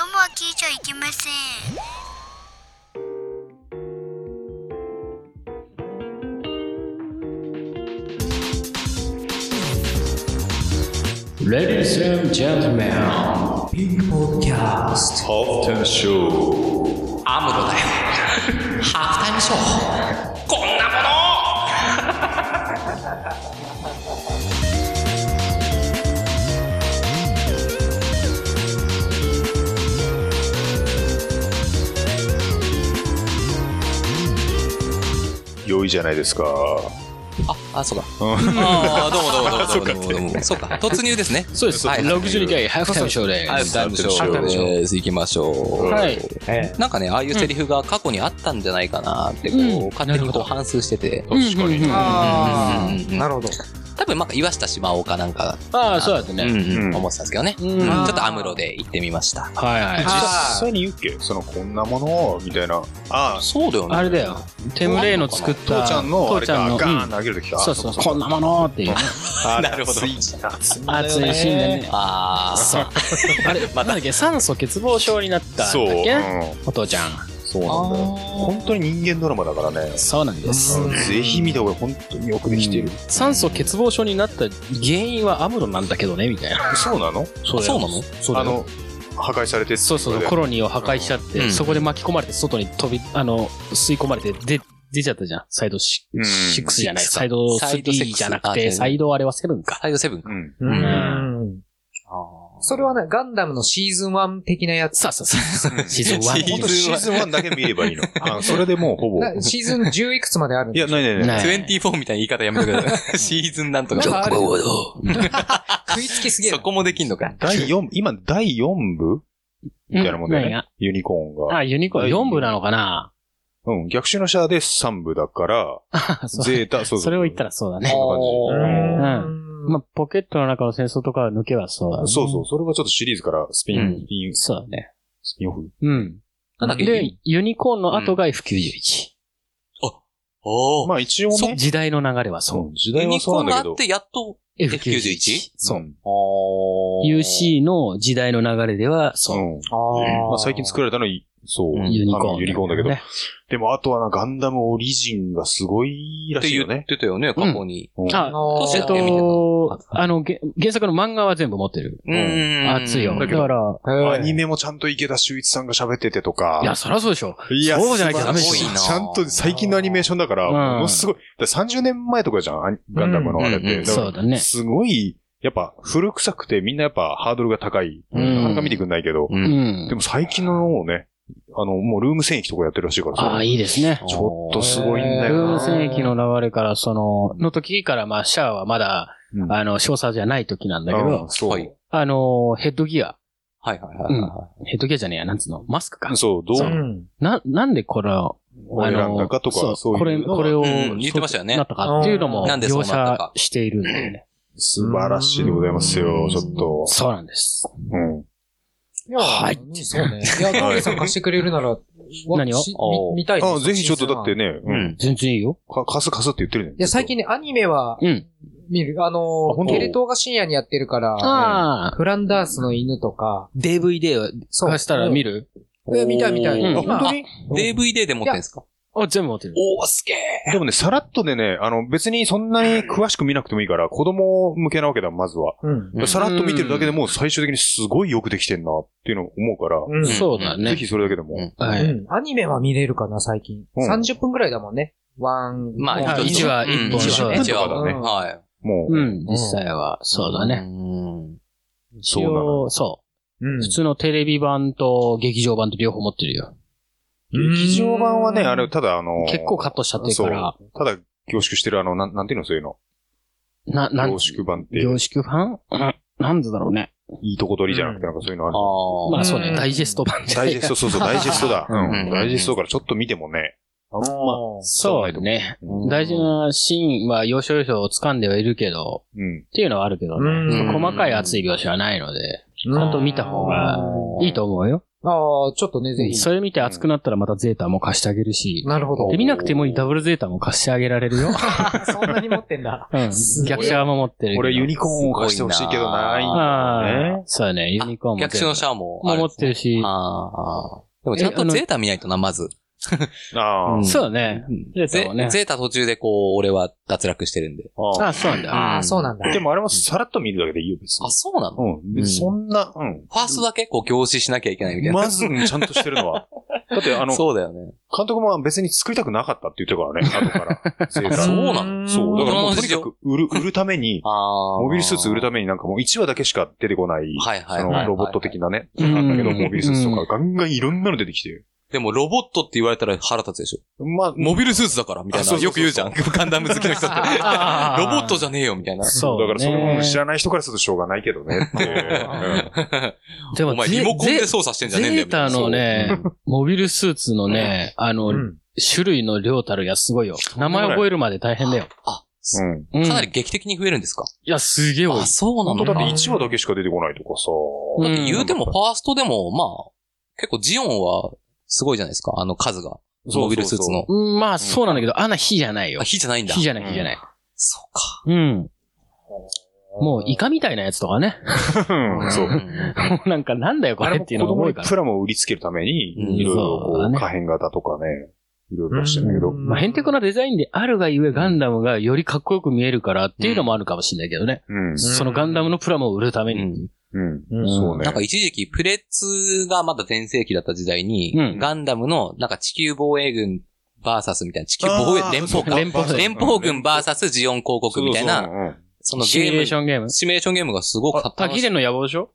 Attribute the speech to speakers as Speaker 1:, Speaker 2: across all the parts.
Speaker 1: ゃいけません
Speaker 2: レディース and gentlemen,
Speaker 3: ハーフタイムショー。
Speaker 4: アムロだよ。ハーフタイムショー。こんなもの
Speaker 3: 良いじゃないですか。
Speaker 4: あ、あ、そうか。ああ、どうもどうもどうもどうもどうもどうも。そうか。突入ですね。
Speaker 2: そうです。
Speaker 4: はい
Speaker 2: 六十二回ハーフタイムショーで
Speaker 4: ハーフ
Speaker 2: す。
Speaker 4: タイムショーです。行きましょ
Speaker 2: はい。
Speaker 4: う。なんかね、ああいうセリフが過去にあったんじゃないかなって、こう、勝手にこう反芻してて。
Speaker 2: 確かに。あ
Speaker 5: あ
Speaker 4: うんうんうんうん
Speaker 5: あ、なるほど。
Speaker 4: 多分、なんか岩下島岡なんか、
Speaker 2: あー、そうだったね。
Speaker 4: うんうん
Speaker 3: うん
Speaker 4: 思ってたんですけどね。
Speaker 2: う
Speaker 4: うんんちょっとアムロで行ってみました。
Speaker 2: はいはい。
Speaker 3: 実際に言うっけそのこんなものみたいな。ああ、
Speaker 4: そうだよ
Speaker 2: あれだよ。テムレイの作った。
Speaker 3: 父ちゃんのあれ
Speaker 2: 父ちゃ
Speaker 3: が
Speaker 2: んの
Speaker 3: ガーン
Speaker 2: うん
Speaker 3: 投げるときか。
Speaker 2: そうそう、こんなものっていうね。
Speaker 3: あ
Speaker 4: なるほど
Speaker 3: 熱い熱い
Speaker 2: 熱いシーンだね。
Speaker 4: ああ、そう。
Speaker 2: あれ、なんだっけ、酸素欠乏症になった
Speaker 3: そ
Speaker 2: ん
Speaker 3: う。
Speaker 2: だっ
Speaker 3: う
Speaker 2: け
Speaker 3: ん
Speaker 2: お父ちゃん。
Speaker 3: そうなんだよ。本当に人間ドラマだからね。
Speaker 2: そうなんです。
Speaker 3: ぜひ見た方が本当によくできてる。
Speaker 2: 酸素欠乏症になった原因はアムロなんだけどね、みたいな。
Speaker 3: そうなの
Speaker 2: そ
Speaker 4: そうなの
Speaker 2: そう
Speaker 3: あ
Speaker 2: だ
Speaker 3: の
Speaker 2: よ。、
Speaker 3: 破壊されてってい
Speaker 2: そうそう、
Speaker 3: こと
Speaker 2: コ
Speaker 3: で
Speaker 2: ロニーを破壊しちゃっ
Speaker 4: う
Speaker 2: て、
Speaker 4: ん
Speaker 2: そこで巻き込まれて、外に飛び、あの、吸い込まれて、で、出ちゃったじゃん。サイドシ
Speaker 3: うん
Speaker 2: ックスじゃない。
Speaker 4: シックス
Speaker 2: サイド
Speaker 4: サイドシック
Speaker 2: 3
Speaker 4: ス
Speaker 2: じゃな
Speaker 4: あ
Speaker 2: く
Speaker 4: 違う違
Speaker 2: て、
Speaker 4: う
Speaker 2: サイドあれはセブンか。
Speaker 4: サイドセブンか。
Speaker 3: うん。
Speaker 5: う
Speaker 4: うん
Speaker 5: ん。それはね、ガンダムのシーズン1的なやつ。
Speaker 2: さあさあさあ、シーズン
Speaker 4: シ
Speaker 3: 本
Speaker 4: ー
Speaker 3: 当
Speaker 2: 1。
Speaker 3: にシーズン1だけ見ればい いの。あそれでもうほぼ。
Speaker 5: なシーズン10いくつまであるん
Speaker 3: いや、ないないない。
Speaker 2: ない
Speaker 4: 24みたいな言い方やめてください。シーズンなんとか。
Speaker 5: なんかある
Speaker 4: ボード
Speaker 5: 食いつきすげえな
Speaker 4: そ。こもできんのか。
Speaker 3: 第四今、第4部みたいなもんだよ
Speaker 2: 何
Speaker 3: ね
Speaker 2: が。
Speaker 3: ユニコーンが。
Speaker 2: あ、ユニコーン4部なのかな
Speaker 3: うん。逆襲のシャアで3部だから、
Speaker 2: そう
Speaker 3: ゼータ、そうそう。
Speaker 2: それを言ったらそうだね。
Speaker 3: そんな感じ。
Speaker 2: う
Speaker 5: うん
Speaker 2: まあ、ポケットの中の戦争とかは抜けはそうだね。
Speaker 3: そうそう、それはちょっとシリーズからスピ
Speaker 4: う
Speaker 3: ン、
Speaker 4: ん
Speaker 3: スピン、ス
Speaker 2: そうだね。
Speaker 3: ピンオフ。
Speaker 2: うん。
Speaker 4: なんだっけ
Speaker 2: で、ユニコーンの後が F91。
Speaker 4: おー
Speaker 3: まあ一応
Speaker 2: そう
Speaker 3: ね、
Speaker 2: 時代の流れはそう
Speaker 3: う、時
Speaker 4: ユ
Speaker 3: 代は
Speaker 4: ニ
Speaker 3: そ
Speaker 4: コー
Speaker 3: う
Speaker 4: ン
Speaker 3: なんだ
Speaker 4: があ
Speaker 3: けど
Speaker 4: って、。やっと。。F91
Speaker 3: そう。
Speaker 2: UC の時代の流れでは、
Speaker 3: う
Speaker 2: そう。
Speaker 3: ん。
Speaker 5: あ
Speaker 3: まあ
Speaker 5: ー
Speaker 3: 最近作られたのはい、そう、
Speaker 4: う
Speaker 3: あ
Speaker 4: ん
Speaker 3: の
Speaker 2: ユニコーン。
Speaker 3: ユニコーンだけど
Speaker 2: ね。
Speaker 3: でもあとはな、ガンダムオリジンがすごいら
Speaker 4: って
Speaker 3: しい
Speaker 4: 言
Speaker 3: よね
Speaker 4: っ。てたよね、過去に。
Speaker 3: うん
Speaker 2: あ、
Speaker 5: の
Speaker 2: え
Speaker 4: そ
Speaker 2: っ
Speaker 4: うだよね
Speaker 2: と、あの、げ原作の漫画は全部持ってる。
Speaker 4: う
Speaker 3: うん
Speaker 4: ん。
Speaker 2: 熱いよ。だ
Speaker 4: だけ
Speaker 2: か
Speaker 4: ど
Speaker 2: ら、
Speaker 3: アニメもちゃんと池田修一さんが喋っててとか。
Speaker 2: いや、そりゃそうでしょ。
Speaker 3: い
Speaker 2: そうじゃなきゃダメでしょ
Speaker 3: すごいなちゃんと最近のアニメーションだから、
Speaker 2: うん
Speaker 3: ものすごい。だから30年前とかじゃん、アニガンダムのあれっ
Speaker 4: うんうんう
Speaker 3: て。だ
Speaker 4: ん
Speaker 3: から
Speaker 2: そうだね。
Speaker 3: すごい、やっぱ古臭くてみんなやっぱハードルが高い。
Speaker 2: うん
Speaker 3: なかなか見てくんないけど。
Speaker 4: う。
Speaker 2: うんん
Speaker 3: で。も最近のをね、あの、もうルーム戦役とかやってるらしいから
Speaker 2: あ
Speaker 3: さ
Speaker 2: あ、。いいですね。
Speaker 3: ちょっとすごいん
Speaker 2: ブ
Speaker 3: だよ
Speaker 2: ー
Speaker 3: な。
Speaker 2: ム戦役
Speaker 3: の。
Speaker 2: の流れから、その、の時から、まあ、シャアはまだ、
Speaker 3: うん
Speaker 2: あの、少佐じゃない時なんだけ
Speaker 3: う
Speaker 2: ど
Speaker 3: ん、そう、
Speaker 4: はい
Speaker 2: あの、ヘッドギア、
Speaker 4: はいはいはいは
Speaker 2: ヘッドギアじゃねえや、なんつうの、マスクか。
Speaker 3: そう、どう
Speaker 5: う
Speaker 3: 選
Speaker 5: ん。
Speaker 2: な、なんでこれを、あ
Speaker 3: んだ
Speaker 2: の
Speaker 3: かとか、そう
Speaker 2: こ
Speaker 3: い
Speaker 2: れ、
Speaker 3: うの
Speaker 2: これ
Speaker 3: が
Speaker 2: を、
Speaker 4: うん言ってましたよね
Speaker 2: そうなったかっていうのも、
Speaker 4: なんでそう
Speaker 2: 描
Speaker 4: なった
Speaker 2: 写
Speaker 4: か
Speaker 2: しているんだよね。
Speaker 3: 素晴らしいでございますよ、ちょっと。
Speaker 2: そうなんです。
Speaker 3: うん。
Speaker 5: いや、
Speaker 2: はい
Speaker 5: うんそうね。いや、トミーさん貸してくれるなら、わ
Speaker 2: 何を
Speaker 5: しみ見たいです
Speaker 3: あ、ぜひちょっとだって。ね、
Speaker 4: い。う
Speaker 3: うん。
Speaker 4: ん。
Speaker 2: 全然いいよ。
Speaker 3: か貸す貸すって言ってるじゃん。
Speaker 5: いや、最近ね、アニメは
Speaker 2: うん。
Speaker 5: 見る。あの
Speaker 3: 本
Speaker 5: ー、
Speaker 3: 当
Speaker 5: テレ東が深夜にやってるから、
Speaker 2: ああ、
Speaker 5: フランダースの犬とか、
Speaker 2: DVD を
Speaker 5: そう。
Speaker 2: 貸したら見る
Speaker 5: え、見たい見たい。
Speaker 2: うん
Speaker 5: 今
Speaker 4: あ本当に DVD で持ってんですか
Speaker 2: あ、全部持ってる。
Speaker 4: おー、すげえ。
Speaker 3: でもね、さらっとでね、あの、別にそんなに詳しく見なくてもいいから、子供向けなわけだ、まずは。
Speaker 5: うん。
Speaker 4: うん
Speaker 3: さらっと見てるだけでもう最終的にすごいよくできてんなっていうのを思うから、
Speaker 5: うん。
Speaker 2: そうだ
Speaker 3: ぜ
Speaker 2: ね。
Speaker 3: ひそれだけでも。
Speaker 4: うん
Speaker 2: は
Speaker 5: う
Speaker 2: い。
Speaker 5: んアニメは見れるかな、最近。
Speaker 3: うん
Speaker 5: 30分くらいだもんね。ワン。
Speaker 4: まあ、
Speaker 2: あ
Speaker 4: 一つ
Speaker 2: 一話
Speaker 4: うん
Speaker 2: 一本
Speaker 4: 一話
Speaker 3: 一
Speaker 4: 一
Speaker 3: 話
Speaker 4: 話
Speaker 3: だ
Speaker 4: だ
Speaker 3: ね
Speaker 4: ね。はい。
Speaker 3: もう、
Speaker 2: うん、実際は、そうだね。
Speaker 4: うん。
Speaker 3: そ
Speaker 2: 一
Speaker 3: うなの
Speaker 2: 応。そう。
Speaker 5: うん
Speaker 2: 普通のテレビ版と劇場版と両方持ってるよ。
Speaker 3: 劇場版はね、あれ、ただあのー
Speaker 2: 結構カットしちゃってるから、
Speaker 3: そうただ凝縮してるあの、なんなんていうのそういうの。
Speaker 2: な、なん、
Speaker 3: 凝縮版って、
Speaker 2: 凝縮版 うんなんでだろうね。
Speaker 3: いいとこ取りじゃなくてなんかそういうのある。
Speaker 4: あ
Speaker 2: ま
Speaker 4: あ。
Speaker 2: あそうね、
Speaker 5: うん
Speaker 2: ダイジェスト版で。
Speaker 3: ダイジェス ト、そうそう、ダイジェストだ。
Speaker 4: ん
Speaker 3: うん。ダイジェストだからちょっと見てもね。あんま、
Speaker 2: そうだね。
Speaker 3: うん
Speaker 2: 大事なシーンは要所要所を掴んではいるけど、
Speaker 3: うん。
Speaker 2: っていうのはあるけど
Speaker 5: う
Speaker 2: ね。
Speaker 5: ん
Speaker 2: 細かい熱い描写はないので。
Speaker 5: ちゃ
Speaker 2: ゃんと見た方がいいと思うよ。
Speaker 5: ああ、ちょっとね、ぜひ。
Speaker 2: それ見て熱くなったらまたゼータも貸してあげるし、
Speaker 5: なるほど
Speaker 2: で、。見なくてもいいダブルゼータも貸してあげられるよ。
Speaker 5: そんなに持ってんだ。
Speaker 2: うん
Speaker 5: すごい
Speaker 2: 逆者は守ってるけど。
Speaker 3: 俺ユニコーンを貸してほしいけどな
Speaker 4: すごい
Speaker 3: いいんだよ
Speaker 2: ああ
Speaker 3: ね、。
Speaker 2: そうやね、ユニコーンも。
Speaker 4: 逆手のシャアもあ
Speaker 2: も
Speaker 4: る
Speaker 2: 持
Speaker 4: ん
Speaker 2: っ
Speaker 4: です
Speaker 2: て
Speaker 4: ね。
Speaker 2: るし。
Speaker 4: ああ。でもちゃん
Speaker 2: えあ
Speaker 4: と
Speaker 2: の
Speaker 4: ゼータ見ないとな、まず。
Speaker 3: あ
Speaker 2: う
Speaker 3: あ
Speaker 2: ん。そうだね。ゼー
Speaker 4: ゼ
Speaker 2: タもね。
Speaker 4: ゼータ途中でこう、俺は脱落してるんで。
Speaker 3: あ
Speaker 2: あ、そうなんだ。
Speaker 5: ああ、そうなんだ
Speaker 3: あ。でもあれもさらっと見るだけでいいよ、別に
Speaker 4: あ、。そうなの
Speaker 3: うん。別にそんな、うん。
Speaker 4: ファーストだけこう、凝視しなきゃいけないみたいな。
Speaker 3: ま ず、うんちゃんとしてる のは。だって、あの、
Speaker 4: そうだよね。
Speaker 3: 監督も別に作りたくなかったって言ってるからね、後から。ゼータ
Speaker 4: あそうな
Speaker 5: の
Speaker 3: そう。だからも
Speaker 4: 大人の
Speaker 3: うと
Speaker 4: 事
Speaker 3: に
Speaker 4: 情
Speaker 3: かく売 る、売るために、
Speaker 4: ああ。
Speaker 3: モビルスーツ売る
Speaker 4: た
Speaker 3: ためになんかもう1話だけしか出てこない、
Speaker 4: はいはい
Speaker 3: あ
Speaker 4: はいは
Speaker 3: の、
Speaker 4: い。
Speaker 3: ロボット的なね。
Speaker 2: うん
Speaker 3: なんだけど、モビルスーツと
Speaker 2: う
Speaker 3: かガンガンいろんなの出てきて。
Speaker 4: でも、ロボットって言われたら腹立つでしょ。
Speaker 3: まあ、
Speaker 4: モビルスーツだから、みたい
Speaker 3: あ
Speaker 4: な。
Speaker 3: そうそうそう
Speaker 4: よく言うじゃん。ガンダム好きな人って。
Speaker 2: あー
Speaker 4: ロボットじゃねえよ、みたいな。
Speaker 2: そう
Speaker 3: だからそれ
Speaker 2: ね
Speaker 3: も知らない人からするとしょうがないけどねってい う。
Speaker 2: で
Speaker 4: お前、
Speaker 2: ゼ
Speaker 4: リモコンで
Speaker 2: ゼ
Speaker 4: 操作してんじゃねえんだ
Speaker 2: ゼ
Speaker 4: よ。
Speaker 2: ータのね、モビルスーツのね、あの、
Speaker 5: うん
Speaker 2: 種類の量たるやすごいよ。名前覚えるまで大変だよ。
Speaker 3: そううん。
Speaker 2: うん
Speaker 4: かなり劇的に増えるんですか
Speaker 2: いや、すげえ多い
Speaker 4: あ、。そうな
Speaker 3: 本
Speaker 4: の
Speaker 3: 当
Speaker 4: か。
Speaker 3: だっ
Speaker 4: だ
Speaker 3: て
Speaker 4: って
Speaker 3: 1話だけしか出てこないとかさ。
Speaker 2: うん
Speaker 4: 言うても、ファーストでも、まあ、結構ジオンは、すごいじゃないですか。あの数が。
Speaker 3: そうそうそう
Speaker 4: モビルスーツの。
Speaker 2: うん、まあ、そうなんだけど、あんな火じゃないよ
Speaker 4: あ、。火じゃないんだ。
Speaker 2: 火じゃない、火じゃない。
Speaker 4: そうか。
Speaker 2: うん。もう、イカみたいなやつとかね。
Speaker 3: うんそう。
Speaker 2: もうなんか、なんだよ、こ
Speaker 3: あれ
Speaker 2: れ
Speaker 3: も
Speaker 2: って
Speaker 3: 子
Speaker 2: いうのが多
Speaker 3: 供
Speaker 2: い
Speaker 3: に
Speaker 2: から。
Speaker 3: プラモを売りつけるために、
Speaker 4: うん
Speaker 3: いろ
Speaker 2: そ
Speaker 3: い
Speaker 2: うだ
Speaker 3: ろこ
Speaker 2: ね
Speaker 3: う、可変型とかね、いろいろしてるんだけど。
Speaker 2: まあ、へんてこなデザインであるがゆえ、ガンダムがよりかっこよく見えるからっていうのもあるかもしれないけどね。
Speaker 3: うん。
Speaker 2: そのガンダムのプラモを売るため
Speaker 4: う
Speaker 2: に。
Speaker 4: ん
Speaker 3: うん。
Speaker 5: うん
Speaker 3: そうね
Speaker 4: なん。か一時期、プレッツがまだ全盛期だった時代に、
Speaker 2: うん
Speaker 4: ガンダムの、なんか地球防衛軍バーサスみたいな、地球防衛
Speaker 3: あー
Speaker 4: 連邦
Speaker 3: そう
Speaker 4: か。
Speaker 2: 連邦軍
Speaker 4: 連邦軍バーサスジオン広告みたい
Speaker 3: そう
Speaker 4: な、
Speaker 3: そううん
Speaker 4: その
Speaker 2: シミ
Speaker 4: ゲ
Speaker 2: ュ
Speaker 4: ー
Speaker 2: レ
Speaker 4: ム
Speaker 2: ーシ、ョンゲーム。
Speaker 4: シミュレーションゲームがすごく楽
Speaker 2: 滝
Speaker 4: しい。
Speaker 2: での野望でしょ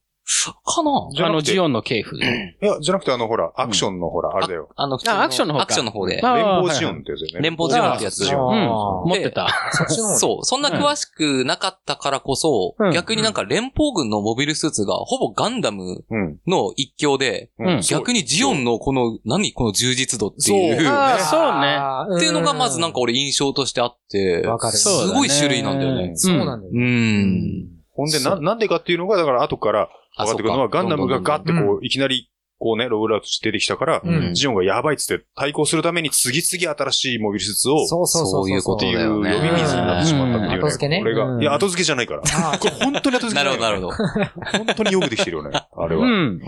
Speaker 4: かな
Speaker 3: じゃ
Speaker 2: あ
Speaker 3: な
Speaker 2: の、
Speaker 3: くて
Speaker 2: ジオンの系譜。
Speaker 3: いや、じゃなくてあの、ほら、アクションのほら、あれだよ。
Speaker 4: あの、普通
Speaker 2: あアクションの方か
Speaker 4: アクションの方で。
Speaker 2: あ
Speaker 3: 連
Speaker 2: あ
Speaker 3: 邦ジオンってやつだよね。
Speaker 4: 連邦ジオンってやつ。
Speaker 3: ジオン
Speaker 2: うん。
Speaker 5: あー
Speaker 2: 持ってた。
Speaker 5: そっちの方ね
Speaker 4: そう。そんな詳しくなかったからこそ、
Speaker 2: うん
Speaker 4: 逆になんか連邦軍のモビルスーツがほぼガンダム
Speaker 3: うん。
Speaker 4: の一強で、
Speaker 2: うん
Speaker 3: そう
Speaker 4: 逆にジオンのこの、何この充実度って
Speaker 3: そう
Speaker 4: いう、
Speaker 2: あーそうね
Speaker 5: あー
Speaker 4: っていうのがまずなんか、俺印象としてあって、
Speaker 5: わかる
Speaker 4: す
Speaker 5: そうだ
Speaker 4: ごい種類なんだよ
Speaker 2: う
Speaker 4: ね
Speaker 2: ん。
Speaker 5: そうなんだよ
Speaker 4: う
Speaker 5: ね。
Speaker 4: ん。
Speaker 3: ほんで、
Speaker 2: そ
Speaker 3: な、なんでかっていうのが、だから後から
Speaker 4: あ
Speaker 3: 分かってくるのは、ガンダムがガッて
Speaker 5: どんどんどん
Speaker 3: こう、いきなり、こうね、ロールアウトして出てきたから、
Speaker 4: うん
Speaker 3: ジオンがやばいっつって対抗するために次々新しいモビルスーツを、っ
Speaker 5: そうそうそう。
Speaker 4: そういうこ
Speaker 3: て
Speaker 4: と
Speaker 3: いう
Speaker 4: だよ
Speaker 3: 呼
Speaker 4: ね
Speaker 3: び水になってしまったっていう、ね。
Speaker 5: うん後付けね
Speaker 3: これ
Speaker 5: う
Speaker 3: が。
Speaker 5: ん
Speaker 3: いや、後付けじゃないから。
Speaker 5: あ
Speaker 3: これ本当に後付けじ
Speaker 4: な
Speaker 3: ゃ
Speaker 4: る
Speaker 3: な
Speaker 4: ほ
Speaker 3: い
Speaker 4: ど、なるほど。
Speaker 3: 本当によくできてるよ ね。あれは。
Speaker 2: うん。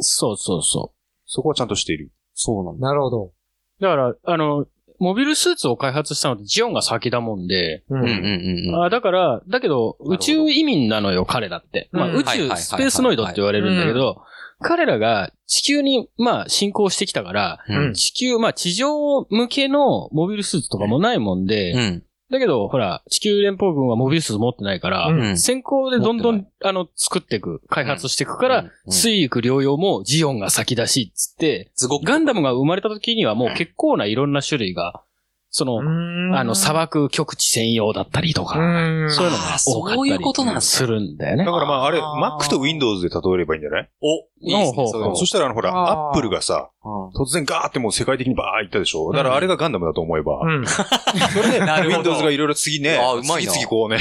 Speaker 2: そうそうそ
Speaker 3: そこはちゃんとしている。
Speaker 4: そうなん
Speaker 5: ー
Speaker 4: だ。
Speaker 5: なるほど。
Speaker 2: う。だから、あの、モビルスーツを開発したのってジオンが先だもんで、
Speaker 5: う
Speaker 4: うんうんうんうん。
Speaker 2: あだから、だけど、
Speaker 4: ほど
Speaker 2: 宇宙移民なのよ、彼らって。まあ、
Speaker 5: うん
Speaker 2: 宇
Speaker 4: はいはい
Speaker 2: 宙
Speaker 4: はい
Speaker 2: スペースノイドって言われるんだけど、彼らが地球に、まあ、侵攻してきたから、
Speaker 4: うん
Speaker 2: 地球、まあ、地上向けのモビルスーツとかもないもんで、
Speaker 4: うん。
Speaker 2: だけど、ほら、地球連邦軍はモビルスーツ持ってないから、
Speaker 5: うん
Speaker 4: うん
Speaker 2: 先行でどんど
Speaker 4: 持っ
Speaker 2: ん、あの、作っていく、開発していくから、
Speaker 4: うん、
Speaker 2: 水陸両用もジオンが先だし、つって、
Speaker 4: すごく。
Speaker 2: ガンダムが生まれた時にはもう結構ないろんな種類が、その、あの、砂
Speaker 5: バ
Speaker 2: 漠極地専用だったりとか、
Speaker 5: うん。
Speaker 2: そういうのが多か
Speaker 4: あーそういうこと
Speaker 2: っ
Speaker 4: なん
Speaker 2: たり
Speaker 4: だ
Speaker 2: するんだよ
Speaker 3: だ
Speaker 2: ね。
Speaker 3: からまあ、あれ、
Speaker 4: あー
Speaker 3: Mac と Windows で例えればいいんじゃない
Speaker 4: お、いいです
Speaker 2: ほうほう
Speaker 4: ねそれ
Speaker 2: ほう
Speaker 4: も
Speaker 3: そしたらあの、ほら、
Speaker 5: あー
Speaker 3: Apple がさ、突然ガーってもう世界的にバーいったでしょだからあれがガンダムだと思えば。
Speaker 5: うん。
Speaker 3: それで、
Speaker 4: なるほど
Speaker 3: Windows がいろいろ次ね、
Speaker 4: あうまいな
Speaker 3: 次々こうね、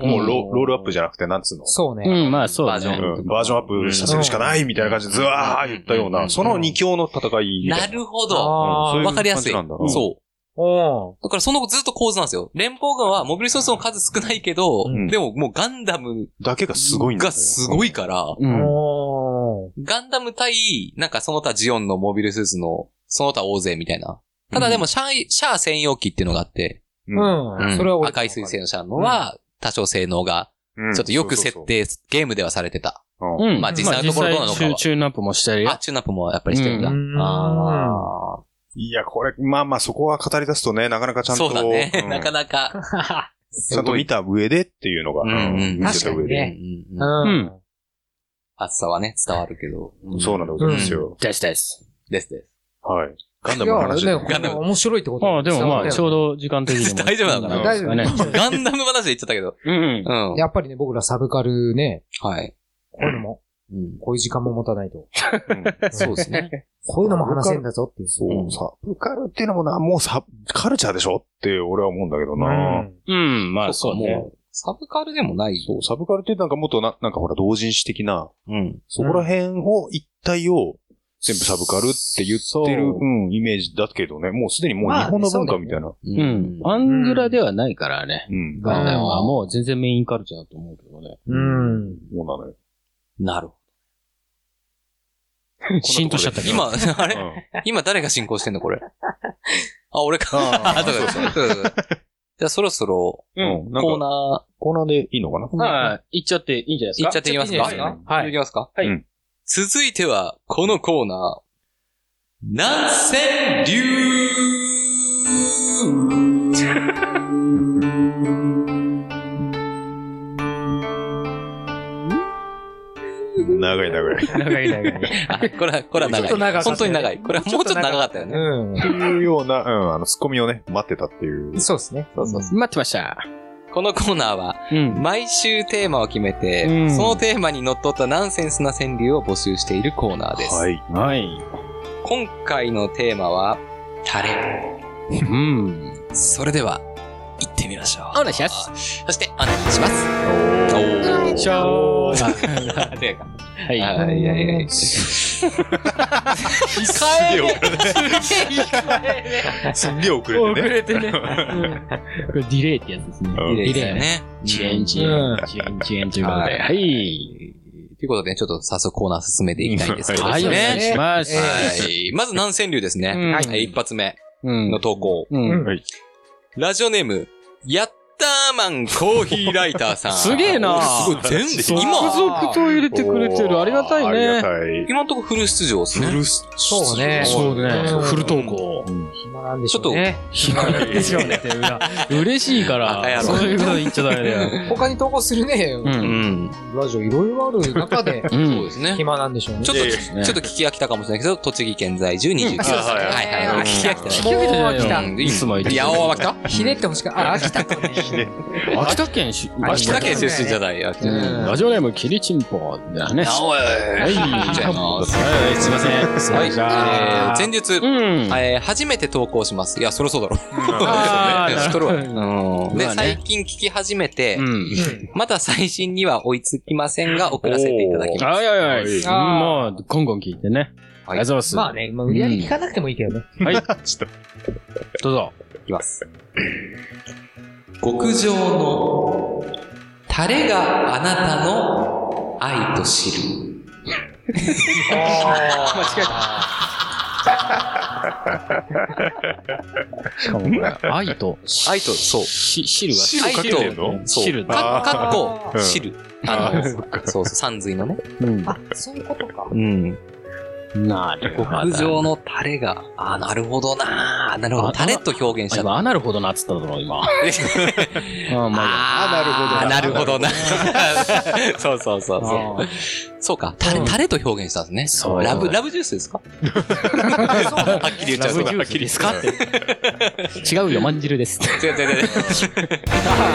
Speaker 3: もうロ
Speaker 5: うん
Speaker 3: ロールアップじゃなくて、なんつうの、
Speaker 5: そうね。
Speaker 2: うん、まあそうだ
Speaker 4: バージョン
Speaker 2: ね。
Speaker 3: うんバージョンアップさせるしかないみたいな感じでずわー言ったよう
Speaker 4: うん
Speaker 3: な、その二強の戦いみた
Speaker 4: ない
Speaker 3: な。
Speaker 4: るほ
Speaker 5: あ
Speaker 4: ど。
Speaker 5: ー
Speaker 3: うんそういう
Speaker 4: わかりやすい。
Speaker 3: 感じなんだな
Speaker 4: そう。
Speaker 5: お
Speaker 4: だからそのずっと構図なんですよ。連邦軍はモビルスーツの数少ないけど、
Speaker 3: うん
Speaker 4: でももうガンダム
Speaker 3: だけがすごいんだよ
Speaker 4: がすごいから、
Speaker 2: う
Speaker 5: ー
Speaker 2: ん。
Speaker 5: お
Speaker 4: ガンダム対、なんかその他ジオンのモビルスーツの、その他大勢みたいな。ただでもシャア、シャア専用機っていうのがあって、
Speaker 3: うん
Speaker 5: ーうん。それは俺。
Speaker 4: 赤い彗星のシャアのは、多少性能が、
Speaker 3: うん
Speaker 4: ちょっとよく設定、ゲームではされてた。
Speaker 3: うん
Speaker 2: うん。
Speaker 4: まあ実際のところどうなのかは
Speaker 2: まあ実際チュチューンアップもしてるよ
Speaker 4: あ、。チューナップもやっぱりしてるんだ。
Speaker 5: うん
Speaker 4: あ
Speaker 3: いや、これ、まあまあそこは語り出すとね、なかなかちゃ
Speaker 4: あ。
Speaker 3: んと。
Speaker 4: そうだね。
Speaker 3: うん
Speaker 4: なかなか。
Speaker 3: ちゃんと見た上でっていうのが、
Speaker 4: うんうん
Speaker 3: 見せた上
Speaker 5: 確かに
Speaker 3: で。
Speaker 5: ね
Speaker 4: うん
Speaker 5: う
Speaker 4: うん
Speaker 5: ん。
Speaker 4: 暑さはね、伝わるけど。
Speaker 3: そうなんでございますよ。
Speaker 2: ですです。
Speaker 4: ですです。
Speaker 3: はい。ガンダ
Speaker 5: い
Speaker 3: ムの
Speaker 5: や、
Speaker 3: 話
Speaker 5: ね、
Speaker 3: だ
Speaker 5: これ
Speaker 4: ンダム
Speaker 5: 面白いってこと
Speaker 2: まあでもまあ、ちょう
Speaker 5: ど。
Speaker 2: ど時間的にも。
Speaker 4: 大丈夫なのかな
Speaker 5: 大丈夫
Speaker 2: ですかね。
Speaker 4: ガンダム話で言っちゃったけど。
Speaker 2: うん。
Speaker 4: うん。
Speaker 5: やっぱりね、僕らサブカルね、
Speaker 4: はい。
Speaker 5: こういうのも、
Speaker 4: うん。
Speaker 5: こういう時間も持たないと。
Speaker 3: うん
Speaker 4: そうですね。
Speaker 5: こういうのも話せんだぞっていう。
Speaker 3: そうう、
Speaker 4: ん
Speaker 3: サブカルっていうのもな、もうサブカルチャーでしょって俺は思うんだけどな。
Speaker 5: ん。
Speaker 2: うん、まあ
Speaker 4: そ
Speaker 2: そうう
Speaker 4: か、
Speaker 2: ね。
Speaker 4: もう、サブカルでもない。
Speaker 3: そう、サブカルってなんかもっとな、なんかほら同人誌的な、
Speaker 4: うん。
Speaker 3: そこら辺を一体を全部サブカルって言ってる、
Speaker 2: そう
Speaker 3: うん、イメージだけどね。もうすでにもう日本の文化みたいな。
Speaker 4: う
Speaker 2: うん。アングラではないからね。
Speaker 3: うん。
Speaker 2: ガンダムはもう全然メインカルチャーだと思うけどね。
Speaker 5: うん。
Speaker 3: そうなのよ。
Speaker 4: なるほ
Speaker 2: 浸透しちゃったけど。
Speaker 4: ど。今、あれ
Speaker 3: うん
Speaker 4: 今誰が進行してんのこれ。あ、俺か。
Speaker 3: あ
Speaker 4: あ、
Speaker 3: ー
Speaker 4: そうかそうか。じゃあそろそろ、
Speaker 3: うん。なん
Speaker 4: コー
Speaker 3: か、
Speaker 4: ナ
Speaker 3: コーナーでいいのかな
Speaker 2: はい。行っちゃっていいんじゃないです
Speaker 4: ー、
Speaker 2: か
Speaker 4: いっちゃっていきます
Speaker 5: いいで
Speaker 4: か
Speaker 5: すか
Speaker 4: は。
Speaker 5: はいい
Speaker 4: いきますか。
Speaker 2: はい
Speaker 3: うん
Speaker 4: 続いては、このコーナー。南千流
Speaker 3: 長い長 い。
Speaker 2: 長い長い。
Speaker 4: あ これは、これは長
Speaker 5: ちょっと長か
Speaker 4: い。
Speaker 5: った
Speaker 4: 本当に長い。これはもうちょっと長かったよね。
Speaker 5: う
Speaker 3: っていうような、うん、あの、ツッコミをね、待ってたっていう。
Speaker 5: ん。そうですね。そうそう
Speaker 2: 待ってました。
Speaker 4: このコーナーは、
Speaker 2: うん。
Speaker 4: 毎週テーマを決めて、
Speaker 2: うん
Speaker 4: そのテーマにのっとったナンセンスな川柳を募集しているコーナーです。
Speaker 3: はい。
Speaker 2: はい。
Speaker 4: 今回のテーマは、タレ。
Speaker 2: うん。
Speaker 4: それでは、行ってみましょう。
Speaker 2: お願いします。
Speaker 4: そして、お願いします。おー
Speaker 2: しょー。
Speaker 4: てか
Speaker 2: はい。
Speaker 4: はいはいはいはい。
Speaker 3: すげえ遅れて。 すげえ遅れてね。
Speaker 2: れてね。これディレイってやつですね。
Speaker 3: うん
Speaker 2: ディ
Speaker 4: だ
Speaker 2: レ
Speaker 4: よ
Speaker 2: イね。
Speaker 4: ね。
Speaker 2: 遅延遅
Speaker 5: う
Speaker 2: 延
Speaker 5: ん。
Speaker 2: 遅延遅延ということで。
Speaker 4: は
Speaker 2: はいい。
Speaker 4: ということで、ちょっと早速コーナー進めていきたいんですけどね。
Speaker 2: はい、お願いします。
Speaker 4: はい。まず南川流ですね。
Speaker 2: うん
Speaker 4: はい。一発目
Speaker 2: うん
Speaker 4: の投稿。
Speaker 2: う
Speaker 5: う
Speaker 2: ん。
Speaker 5: ん
Speaker 3: はい。
Speaker 4: ラジオネーム、やったーマンコーヒーライターさん。
Speaker 2: すげえな
Speaker 4: すごい、全部、今、
Speaker 2: 続々と入れてくれてる。ありがたい
Speaker 3: ありが
Speaker 2: ね。
Speaker 3: たい。
Speaker 4: 今のところフル出場ですね。
Speaker 5: そうね
Speaker 2: そうね
Speaker 5: うん。
Speaker 2: フル投稿。
Speaker 5: 暇なんで
Speaker 4: し
Speaker 5: し
Speaker 4: ょ
Speaker 5: ょ
Speaker 4: う
Speaker 5: う
Speaker 4: ね
Speaker 5: ね。
Speaker 2: でしょうね。嬉しいか
Speaker 4: バカ
Speaker 2: ら、
Speaker 4: 野郎
Speaker 2: そういうこと言っちゃダメだよ。
Speaker 5: 他に投稿するね、
Speaker 2: う。
Speaker 4: うんん。
Speaker 5: ラジオいろいろある中 で
Speaker 2: う
Speaker 4: そうで
Speaker 2: ん。
Speaker 4: すね。
Speaker 5: 暇なんでしょうね。
Speaker 4: ちょっ
Speaker 3: いや
Speaker 4: と、
Speaker 3: いや
Speaker 4: ちょっと聞き飽きたかもしれないけど、栃木県在住29歳。
Speaker 3: うんあはい
Speaker 4: はいはいはい。聞き飽き
Speaker 5: と
Speaker 4: た
Speaker 5: もう飽き
Speaker 2: じ
Speaker 5: た
Speaker 2: ゃ
Speaker 4: ね。
Speaker 2: な
Speaker 4: う
Speaker 2: い
Speaker 4: ん
Speaker 2: よ。いつも言っ
Speaker 4: い
Speaker 2: て
Speaker 4: や、
Speaker 2: た
Speaker 4: おわかっ
Speaker 5: ひねってほしかった。あ、飽きたかね。
Speaker 2: 秋田県出
Speaker 4: た秋田県出身じゃないや。
Speaker 5: う
Speaker 4: い
Speaker 5: ん
Speaker 2: ラジオネームキリチンポだね。
Speaker 4: や、おい。
Speaker 2: はい。
Speaker 4: ありがとうございます
Speaker 2: はいすいません。すいま
Speaker 4: はい
Speaker 2: せん。
Speaker 4: えー。前日、
Speaker 2: うん。
Speaker 4: えー初めて投稿します。いや、そりゃそうだろ。
Speaker 2: あー
Speaker 4: 知っとる
Speaker 2: なる
Speaker 4: わ。うんで、
Speaker 2: まあね
Speaker 4: 最近聞き始めて
Speaker 2: う、ん。
Speaker 4: まだ最新には追いつきませんが、送らせていただきま
Speaker 2: はいはいはい。
Speaker 3: はい
Speaker 2: うんもう、ゴンゴン聞いてね。ありがとう
Speaker 4: はい
Speaker 2: ございます。
Speaker 5: まあね、まあ、売り上げ聞かなくてもいいけどね。
Speaker 2: はい。
Speaker 3: ちょっ
Speaker 2: どうぞ。
Speaker 4: す。極上の、タレがあなたの愛と知る。
Speaker 2: しかもこれ、愛と、
Speaker 4: 愛と、そう。
Speaker 2: し、汁が、
Speaker 3: 汁
Speaker 4: かけ
Speaker 3: てんの
Speaker 4: そう
Speaker 2: 汁だ。
Speaker 4: か、かっ
Speaker 5: あ
Speaker 4: こ、
Speaker 3: ー
Speaker 4: 知る。あの、そうそう、三髄のね。
Speaker 2: うん。
Speaker 5: あ、そういうことか。
Speaker 4: うん。
Speaker 2: なるほど。
Speaker 4: 極上のタレが、あ、なるほどななるほど。
Speaker 2: あ
Speaker 4: タレと表現し
Speaker 2: あ
Speaker 4: ちゃった。
Speaker 2: 今、あなるほどなっつっただろ、今。ああ、まあ
Speaker 3: あ
Speaker 4: あー
Speaker 3: ー
Speaker 4: な
Speaker 3: な
Speaker 4: る
Speaker 3: る
Speaker 4: ほ
Speaker 3: ほ
Speaker 4: ど
Speaker 3: ど
Speaker 4: な
Speaker 3: な。
Speaker 4: そうそうそう
Speaker 2: いい
Speaker 4: そ
Speaker 2: や。
Speaker 4: う。そうか、タレ、タレと表現したんですね。
Speaker 2: そう
Speaker 4: ラブ、ラブジュース ですかはっきり言っちゃ
Speaker 2: ラブ
Speaker 4: うと。
Speaker 2: ジュースですかって。違うよ、まんじる です。
Speaker 4: 違う違う 違う。